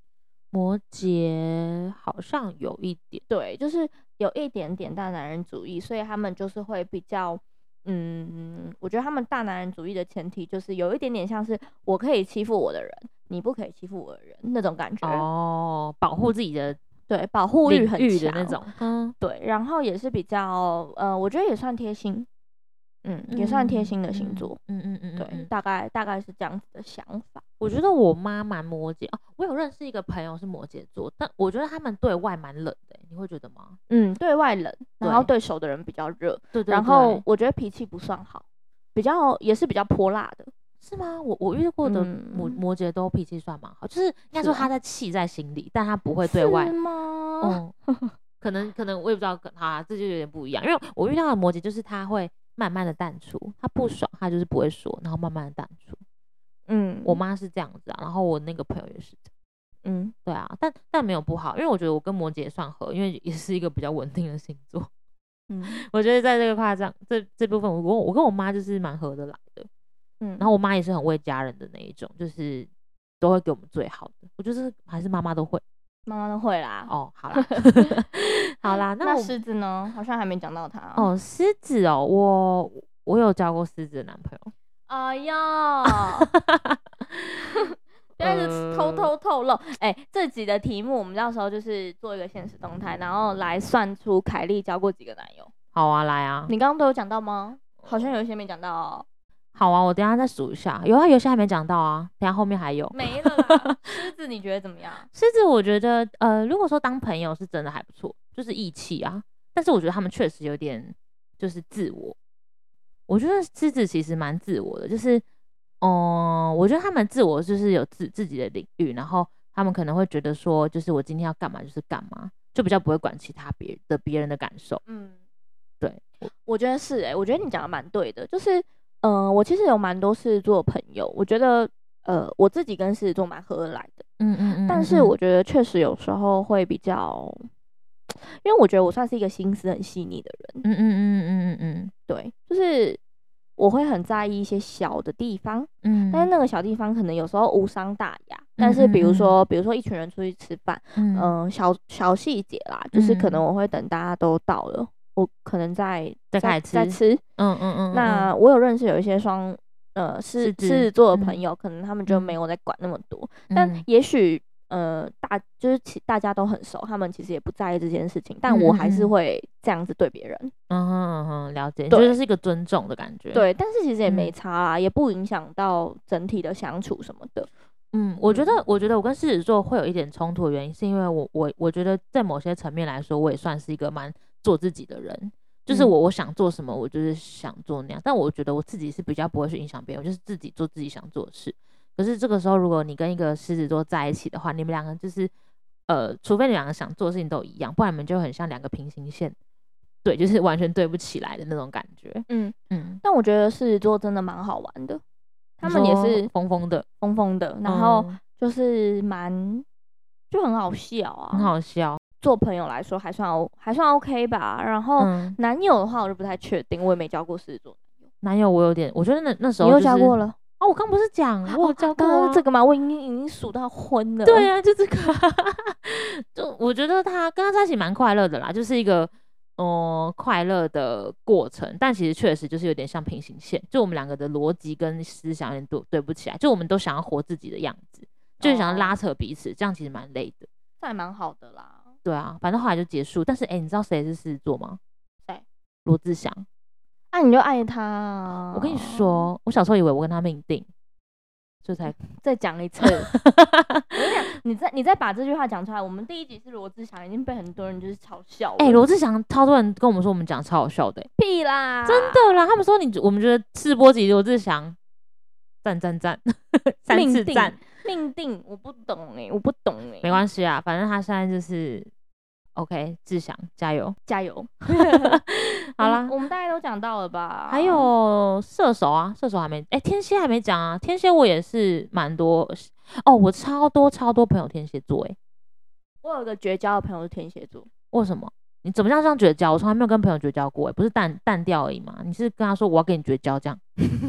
摩羯好像有一点，对，就是有一点点大男人主义，所以他们就是会比较，嗯，我觉得他们大男人主义的前提就是有一点点像是我可以欺负我的人，你不可以欺负我的人那种感觉。哦，保护自己的对，保护欲领很域的强那种，嗯，对，然后也是比较呃，我觉得也算贴心，嗯，也算贴心的星座。，嗯嗯嗯，嗯对，嗯大概大概是这样子的想法。我觉得我妈蛮摩羯哦，我有认识一个朋友是摩羯座，但我觉得他们对外蛮冷的，欸你会觉得吗？嗯，对外冷，然后对对手的人比较热，对对然后我觉得脾气不算好，比较也是比较泼辣的。是吗？我我遇过的摩嗯摩羯都脾气算蛮好，就是应该是说啊他的气在心里，但他不会对外是，吗？ 嗯，可能可能我也不知道，好啊，这就有点不一样，因为我遇到的摩羯就是他会慢慢的淡出，他不爽他就是不会说，然后慢慢的淡出。嗯，我妈是这样子啊，然后我那个朋友也是这样，嗯，对啊，但但没有不好，因为我觉得我跟摩羯也算合，因为也是一个比较稳定的星座。 嗯我觉得在这个夸张这这部分，我跟我我跟我妈就是蛮合得来的。嗯，然后我妈也是很为家人的那一种，就是都会给我们最好的。我觉得这还是妈妈都会妈妈都会啦。哦。好 啦，好啦，那那我狮子呢？好像还没讲到他。，哦，狮子哦，我我有交过狮子的男朋友，哎呦， 但是偷呃偷透露，哎、这集的题目我们到时候就是做一个现实动态，然后来算出凯莉交过几个男友。好啊，来啊，你刚刚都有讲到吗？好像有一些没讲到、哦，好啊，我等一下再数一下，有啊，有些还没讲到啊，等一下后面还有。没了啦。狮子你觉得怎么样？狮子，我觉得呃，如果说当朋友是真的还不错，就是义气啊。但是我觉得他们确实有点就是自我。我觉得狮子其实蛮自我的，就是嗯、呃我觉得他们自我就是有自自己的领域，然后他们可能会觉得说，就是我今天要干嘛就是干嘛，就比较不会管其他别的别人的感受。 嗯，对，我觉得是哎、我觉得你讲的蛮对的，就是，嗯、我其实有蛮多狮子座的朋友，我觉得，呃，我自己跟狮子座蛮合得来的，嗯嗯嗯但是我觉得确实有时候会比较，因为我觉得我算是一个心思很细腻的人，嗯嗯嗯嗯嗯对，就是我会很在意一些小的地方，嗯嗯，但是那个小地方可能有时候无伤大雅，但是嗯比嗯如嗯说，比如说一群人出去吃饭，嗯嗯、小小细节啦，就是可能嗯我会等大家都到了，我可能再再再开始再吃吃。嗯嗯嗯，那我有认识有一些双呃狮狮狮子子座的朋嗯友，可能他们就嗯没有在管那么多，嗯但也许呃大就是其大家都很熟，他们其实也不在意这件事情，但我还嗯是嗯嗯会这样子对别人，嗯哼嗯哼，了解，就对是是一个尊重的感觉。对，但是其实也没嗯差啦，也不影响到整体的相处什么的，嗯，我觉嗯得，我觉得我跟狮子座会有一点冲突的原因，是因为我我我觉得在某些层面来说，我也算是一个蛮做自己的人，就是嗯我我想做什么，我就是想做那样。但我觉得我自己是比较不会去影响别人，我就是自己做自己想做的事。可是这个时候，如果你跟一个狮子座在一起的话，你们两个就是，呃，除非你们两个想做的事情都一样，不然你们就很像两个平行线，对，就是完全对不起来的那种感觉。嗯，嗯，但我觉得狮子座真的蛮好玩的，他你们也说是疯疯的，疯疯的，然后嗯就是蛮就很好笑啊，很好笑，做朋友来说还算 O 还算 OK 吧，然后。嗯。男友的话，我就不太确定，我也没交过狮子座。男友我有点，我觉得那那时候、你就有是、交过了？哦，我刚不是讲我有交过、刚刚啊是这个吗？我已经已经数到昏了。对啊，就这个， 就我觉得他跟他在一起蛮快乐的啦，就是一个嗯、呃快乐的过程，但其实确实就是有点像平行线，就我们两个的逻辑跟思想有点对对不起啊来，就我们都想要活自己的样子，就是哦想要拉扯彼此，这样其实蛮累的。这还蛮好的啦。对啊，反正后来就结束。但是哎、诶你知道谁是狮子座吗？谁？罗志祥。那、你就爱他、啊。我跟你，说，我小时候以为我跟他命定，就才再 讲一次。我跟你讲，你再你再把这句话讲出来，我们第一集是罗志祥，已经被很多人就是嘲笑了。哎、罗志祥超多人跟我们说我们讲超好笑的欸、屁啦！真的啦。他们说你，我们觉得试播集罗志祥赞赞赞，三命次定赞，命定，我不懂哎、我不懂哎、没系，关系啊，反正他现在就是 OK，志祥加 油。加油。好我啦们，我们大概都讲到了吧？还有射手啊，射手还没，哎、天蝎还没讲啊，天蝎我也是蛮多哦，我超多超多朋友天蝎座、欸，我有一个绝交的朋友是天蝎座，为什么？你怎么样这样绝交？我从来没有跟朋友绝交过、欸，不是淡淡掉而已嘛？你是跟他说我要跟你绝交这样，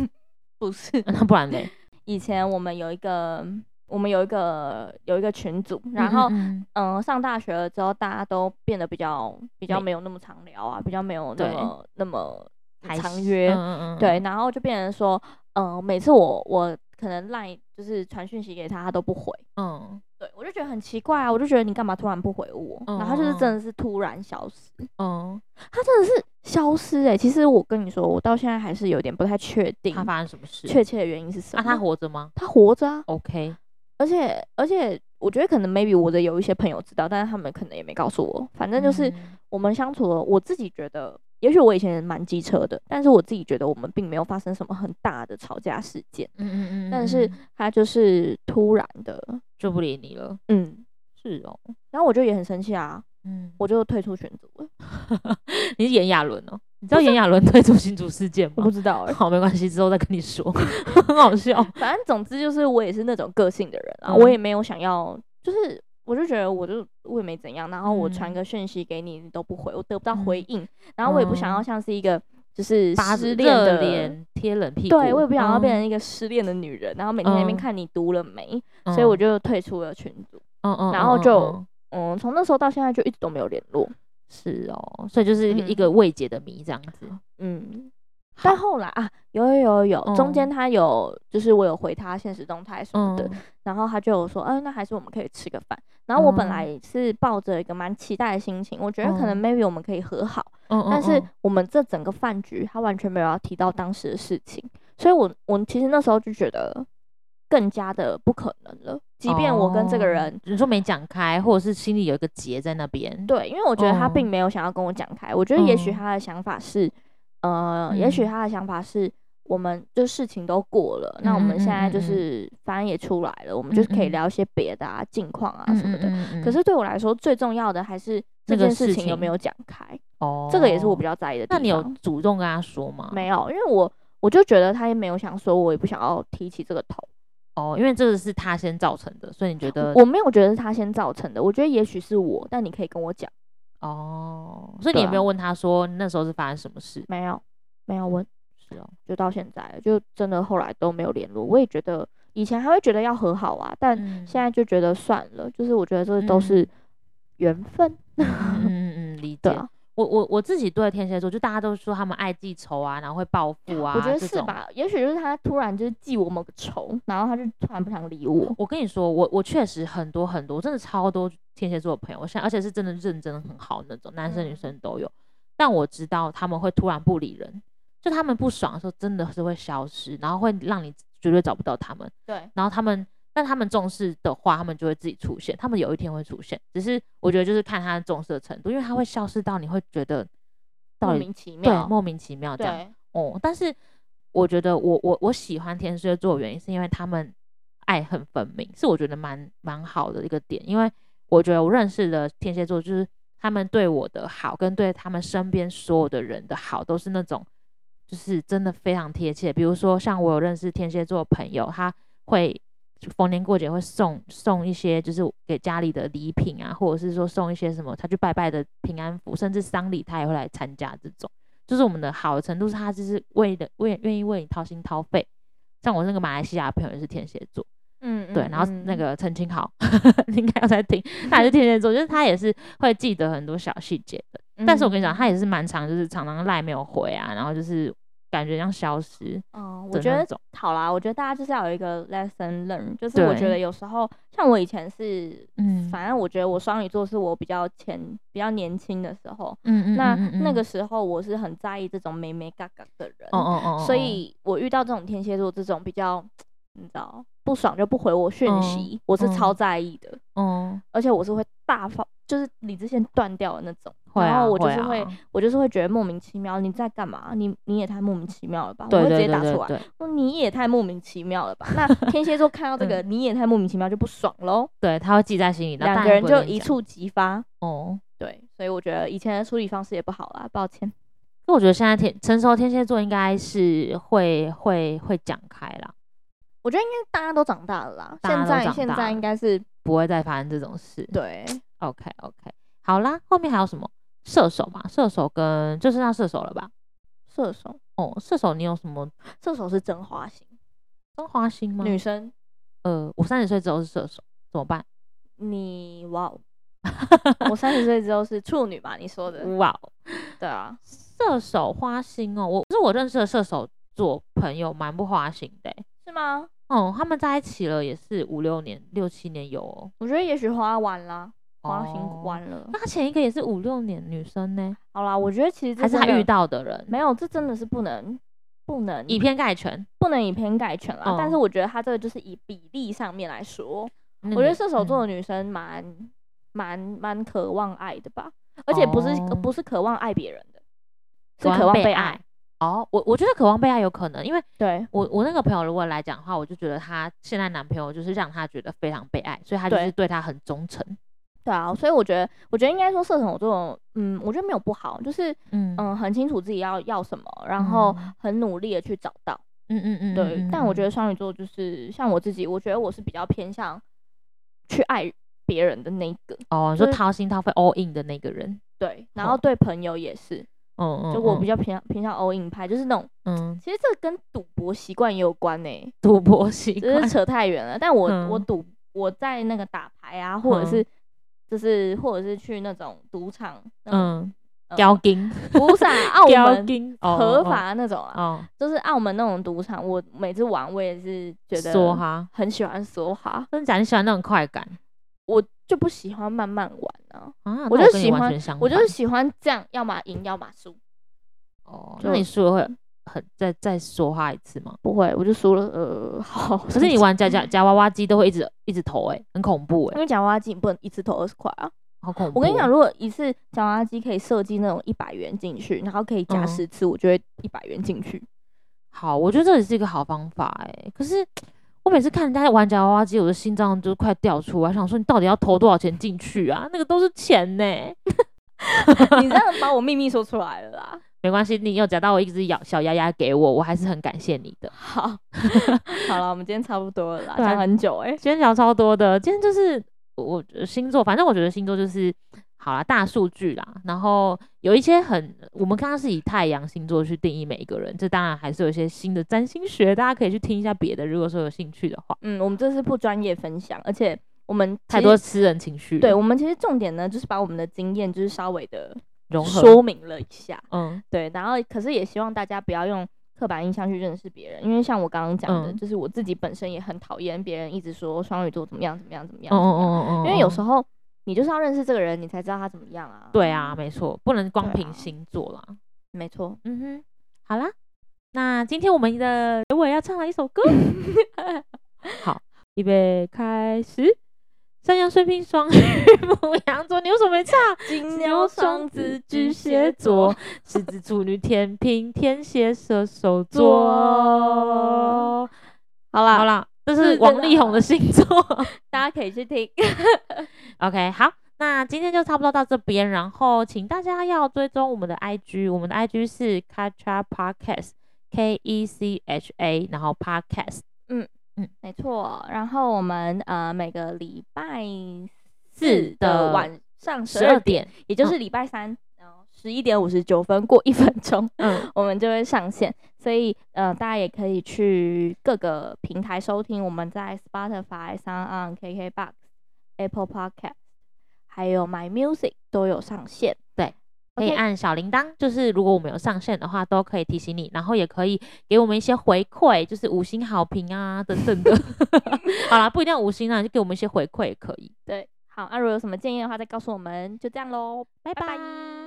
不是那不然嘞？以前我们有一个，我们有一个有一个群组， 然后嗯嗯嗯、呃上大学了之后，大家都变得比较比较没没有那么常聊啊，比较没有那对么那么还常是约嗯嗯嗯，对，嗯，然后就变成说，嗯、每次我我可能赖就是传讯息给他，他都不回，嗯对我就觉得很奇怪啊，我就觉得你干嘛突然不回我？然后他就是嗯嗯真的是突然消失，嗯，他真的是消失哎、其实我跟你说，我到现在还是有点不太确定他发生什么事？确切的原因是什么。啊，他活着吗他活着啊， ？OK，而且而且我觉得可能 maybe 我的有一些朋友知道，但是他们可能也没告诉我。反正就是嗯我们相处了，我自己觉得，也许我以前蛮机车的，但是我自己觉得我们并没有发生什么很大的吵架事件。嗯嗯嗯，但是嗯他就是突然的，就不理你了，嗯，是哦，然后我就也很生气啊，嗯，我就退出群组了。你是炎亚纶哦，你知道炎亚纶退出新竹事件我吗不？知道、欸，好，没关系，之后再跟你说， 很好笑。 反正总之就是我也是那种个性的人啊，嗯我也没有想要，就是我就觉得我就我也没怎样，然后我嗯传个讯息给你，你都不回，我得不到回应，然后嗯我也不想要像是一个就是八失哦恋热的，脸贴冷屁股，对我也不想要变嗯，成一个失恋的女人，然后每天在那边嗯看你读了没，嗯所以我，就退出了群组，嗯嗯，然后嗯就嗯嗯，从那时候到现在就一直都没有联络，是哦，所以就是一个一个未解的谜这样子。嗯。但后来啊，有有有有有，中嗯间他有，就是我有回他现实动态什嗯么的，然后他就有说，嗯、那还是我们可以吃个饭。然后我本嗯来是抱着一个蛮期待的心情，我觉得可嗯能 maybe 我们可以和好，嗯，嗯但是嗯我们这整个饭局他完全没有要提到当时的事情，所以我我其实那时候就觉得更加的不可能了。即便我跟这个哦人、你说没讲开，或者是心里有一个结在那边，对，因为我觉得他嗯并没有想要跟我讲开，我觉得也许嗯他的想法是，呃，也许嗯他的想法是。我们就事情都过了，那我们现在就嗯嗯嗯嗯嗯是反正也出来了，我们就是可嗯以嗯聊一些别的啊、近况啊嗯，什么的。嗯嗯嗯可是对我来说，最重要的还是那这个件事事情有没情有讲开，哦，这个也是我比较在意的地那方。你有嗯主动跟他说吗？没有？因为我我就觉得他也没有想说，我也不想要提起这个头。哦，因为这个是他先造成的，所以你觉得我没有觉得是他先造成的，我觉得也许是我，但你可以跟我讲，哦，所以对你也啊没有问他说那时候是发生什么事？没有，没有问，是哦，就到现在了，就真的后来都没有联络。我也觉得以前还会觉得要和好啊，但嗯现在就觉得算了，就是我觉得这都嗯是缘分。嗯嗯嗯，理对解。啊，我我我自己对天蝎座，就大家都说他们爱记仇啊，然后会报复啊，我觉得这是种？吧？也许就是他突然就是记我某个仇，然后他就突然不想理我。我跟你说，我我确实很多很多，真的超多天蝎座的朋友，我现在而且是真的认真很好那种，男生女嗯生都有。但我知道他们会突然不理人，就他们不爽的时候，真的是会消失，然后会让你绝对找不到他们。对，然后他们，但他们重视的话，他们就会自己出现，他们有一天会出现。只是我觉得就是看他重视的程度，因为他会消失到你会觉得到莫底名其对妙，莫名其妙这样。对，哦，但是我觉得我我我喜欢天蝎座的原因是因为他们爱很分明，是我觉得蛮蛮好的一个点。因为我觉得我认识的天蝎座就是他们对我的好，跟对他们身边所有的人的好，都是那种就是真的非常贴切。比如说像我有认识天蝎座的朋友，他会。逢年过节会送送一些，就是给家里的礼品啊，或者是说送一些什么他去拜拜的平安符，甚至丧礼他也会来参加这种。就是我们的好的程度是他就是为了为愿意为你掏心掏肺。像我那个马来西亚朋友也是天蝎座，嗯对，然后嗯那嗯个陈清豪 你应该有在听，他也是天蝎座，就是他也是会记得很多小细节的。嗯但是我跟你讲，他也是蛮常就是常常赖没有回啊，然后就是感觉像消失嗯，我的觉那得种。好啦，我觉得大家就是要有一个 lesson learn，就是对我觉得有时候像我以前是，嗯反正我觉得我双鱼座是我比较前比较年轻的时候，嗯嗯，那嗯嗯那个嗯时候我是很在意这种美美嘎嘎的人，哦哦哦，哦所以我遇到这种天蝎座这种比较，你知道不爽就不回我讯嗯息，我是超嗯在意的，哦而且我是会大发，就是理智线断掉的那种。会然啊后我就是啊会，我就是会觉得莫名其妙，你在干嘛？你你也太莫名其妙了吧！对我会直对接打对出来，对说你也太莫名其妙了吧！那天蝎座看到这个、嗯你也太莫名其妙就不爽喽，对，他会记在心里，然后两大个家人不会就跟你一讲触即发。哦。对，所以我觉得以前的处理方式也不好啦，抱歉。那我觉得现在天成熟天蝎座应该是会会会讲开啦，我觉得应该大家都长大了啦，大家现都在长现大在了应该是不会再发生这种事。对， ，OK OK，好啦，后面还有什么？射手嘛，射手跟就剩下射手了吧？射手，哦，射手你有什么射手是真花心，真花心吗？女生呃，我三十岁之后是射手，怎么办？你 哇哦，我三十岁之后是处女吧？你说的哇哦，对啊，射手花心哦，我可是我认识的射手座朋友蛮不花心的欸、是吗？哦、他们在一起了也是五六年、六七年有哦。我觉得也许花完啦，花心啊哦完了。那他前一个也是五六年女生呢，好啦，我觉得其实这还是真他的遇到的人？没有，这真的是不能不能以偏概全。不能以偏概全啦。哦但是我觉得他这个就是以比例上面来说，我我觉得射手嗯座的女生蛮蛮蛮渴望爱的吧，而且不是、呃哦不是渴望爱别人的，是渴望渴望被被爱爱。哦，我我觉得渴望被爱有可能，因为对我我那个朋友如果来讲的话，我就觉得她现在男朋友就是让她觉得非常被爱，所以她就对是对她很忠诚。对啊，所以我觉得我觉得应该说射手座，嗯，我觉得没有不好，就是嗯嗯很清楚自己要要什么，然后嗯很努力的去找到。嗯嗯嗯，对，嗯但我觉得嗯双鱼座就是像我自己，我觉得我是比较偏向去爱别人的那一个，哦，你就说是掏心掏肺 all in 的那个人，对，然好后对朋友也是，嗯嗯，就我比较较偏偏向 all in 派，就是那种嗯其实这跟赌博习惯也有关呢、欸，赌博习只惯是扯太远了。但我、我嗯赌我在那个打牌啊，或者是、就是或者是去那种赌场，那种，嗯，呃叼金，不是 啊，澳叼门金，哦合法那种啊，哦，就是澳门那种赌场，我每次玩我也是觉得说哈，很喜欢梭哈。真假？你喜欢那种快感我就不喜欢慢慢玩啊，啊？我那就跟你喜完欢全相我就是反喜欢这样，要么赢，要么输。哦，就那你输了会很再再说话一次吗？不会，我就输了。呃，好，可是你玩夹夹夹娃娃机都会一直一直投哎、很恐怖哎、因为夹娃娃机你不能一次投二十块啊。好恐怖哦！嗯我跟你讲，如果一次夹娃娃机可以设计那种一百元进去，然后可以加嗯十次，我就会一百元 进去。好，我觉得这也是一个好方法哎、可是我每次看人家玩夹娃娃机，我的心脏就快掉出来，想说你到底要投多少钱进去啊？那个都是钱呢、欸你这样把我秘密说出来了 啦。没关系，你有夹到我一只咬小丫丫给我，我还是很感谢你的。好，好了，我们今天差不多了啦，对啊讲很久哎、今天聊超多的，今天就是我我觉得星座，反正我觉得星座就是好啦，大数据啦，然后有一些很，我们刚刚是以太阳星座去定义每一个人，这当然还是有一些新的占星学，大家可以去听一下别的，如果说有兴趣的话，嗯，我们这是不专业分享，而且我们其太实多。私人情绪了对我们其实重点呢，就是把我们的经验就是稍微的融合，说明了一下。嗯对，然后可是也希望大家不要用刻板印象去认识别人，因为像我刚刚讲的，嗯就是我自己本身也很讨厌别人一直说双鱼座怎么样怎么样怎么嗯嗯样怎么嗯样，嗯嗯，因为有时候候你就是要认识这个人，你才知道他怎么样啊。对啊，，没错，不能光对啊凭星座啦，没错。嗯哼，好啦，那今天我们的结尾要唱了一首歌， 好，预备开始。山羊、水瓶、双鱼、母羊座，你为什么没唱？金牛双子巨蟹座，狮子、处女、天平、天蝎、射手座。好啦，好啦，这是是真王的力宏的星座。大家可以去听。 OK，好，那今天就差不多到这边，然后请大家要追踪我们的 IG，我们的 IG 是 Kacha Podcast K E C H A，然后 Podcast 没错，然后我们呃每个礼拜四的的晚上十十二二 嗯点，点，也就是礼拜三，然后十一点五十九分过一分钟。嗯，我们就会上线，所以呃，大家也可以去各个平台收听。我们在 Spotify、s o n KKBox、Apple Podcast，还有 My Music 都有上线。对可以 OK，按小铃铛，就是如果我们有上线的话，都可以提醒你，然后也可以给我们一些回馈，就是五星好评啊等等的。 好啦，不一定要五星啊，就给我们一些回馈也可以。对，好，那、如果有什么建议的话，再告诉我们。就这样喽，拜拜拜拜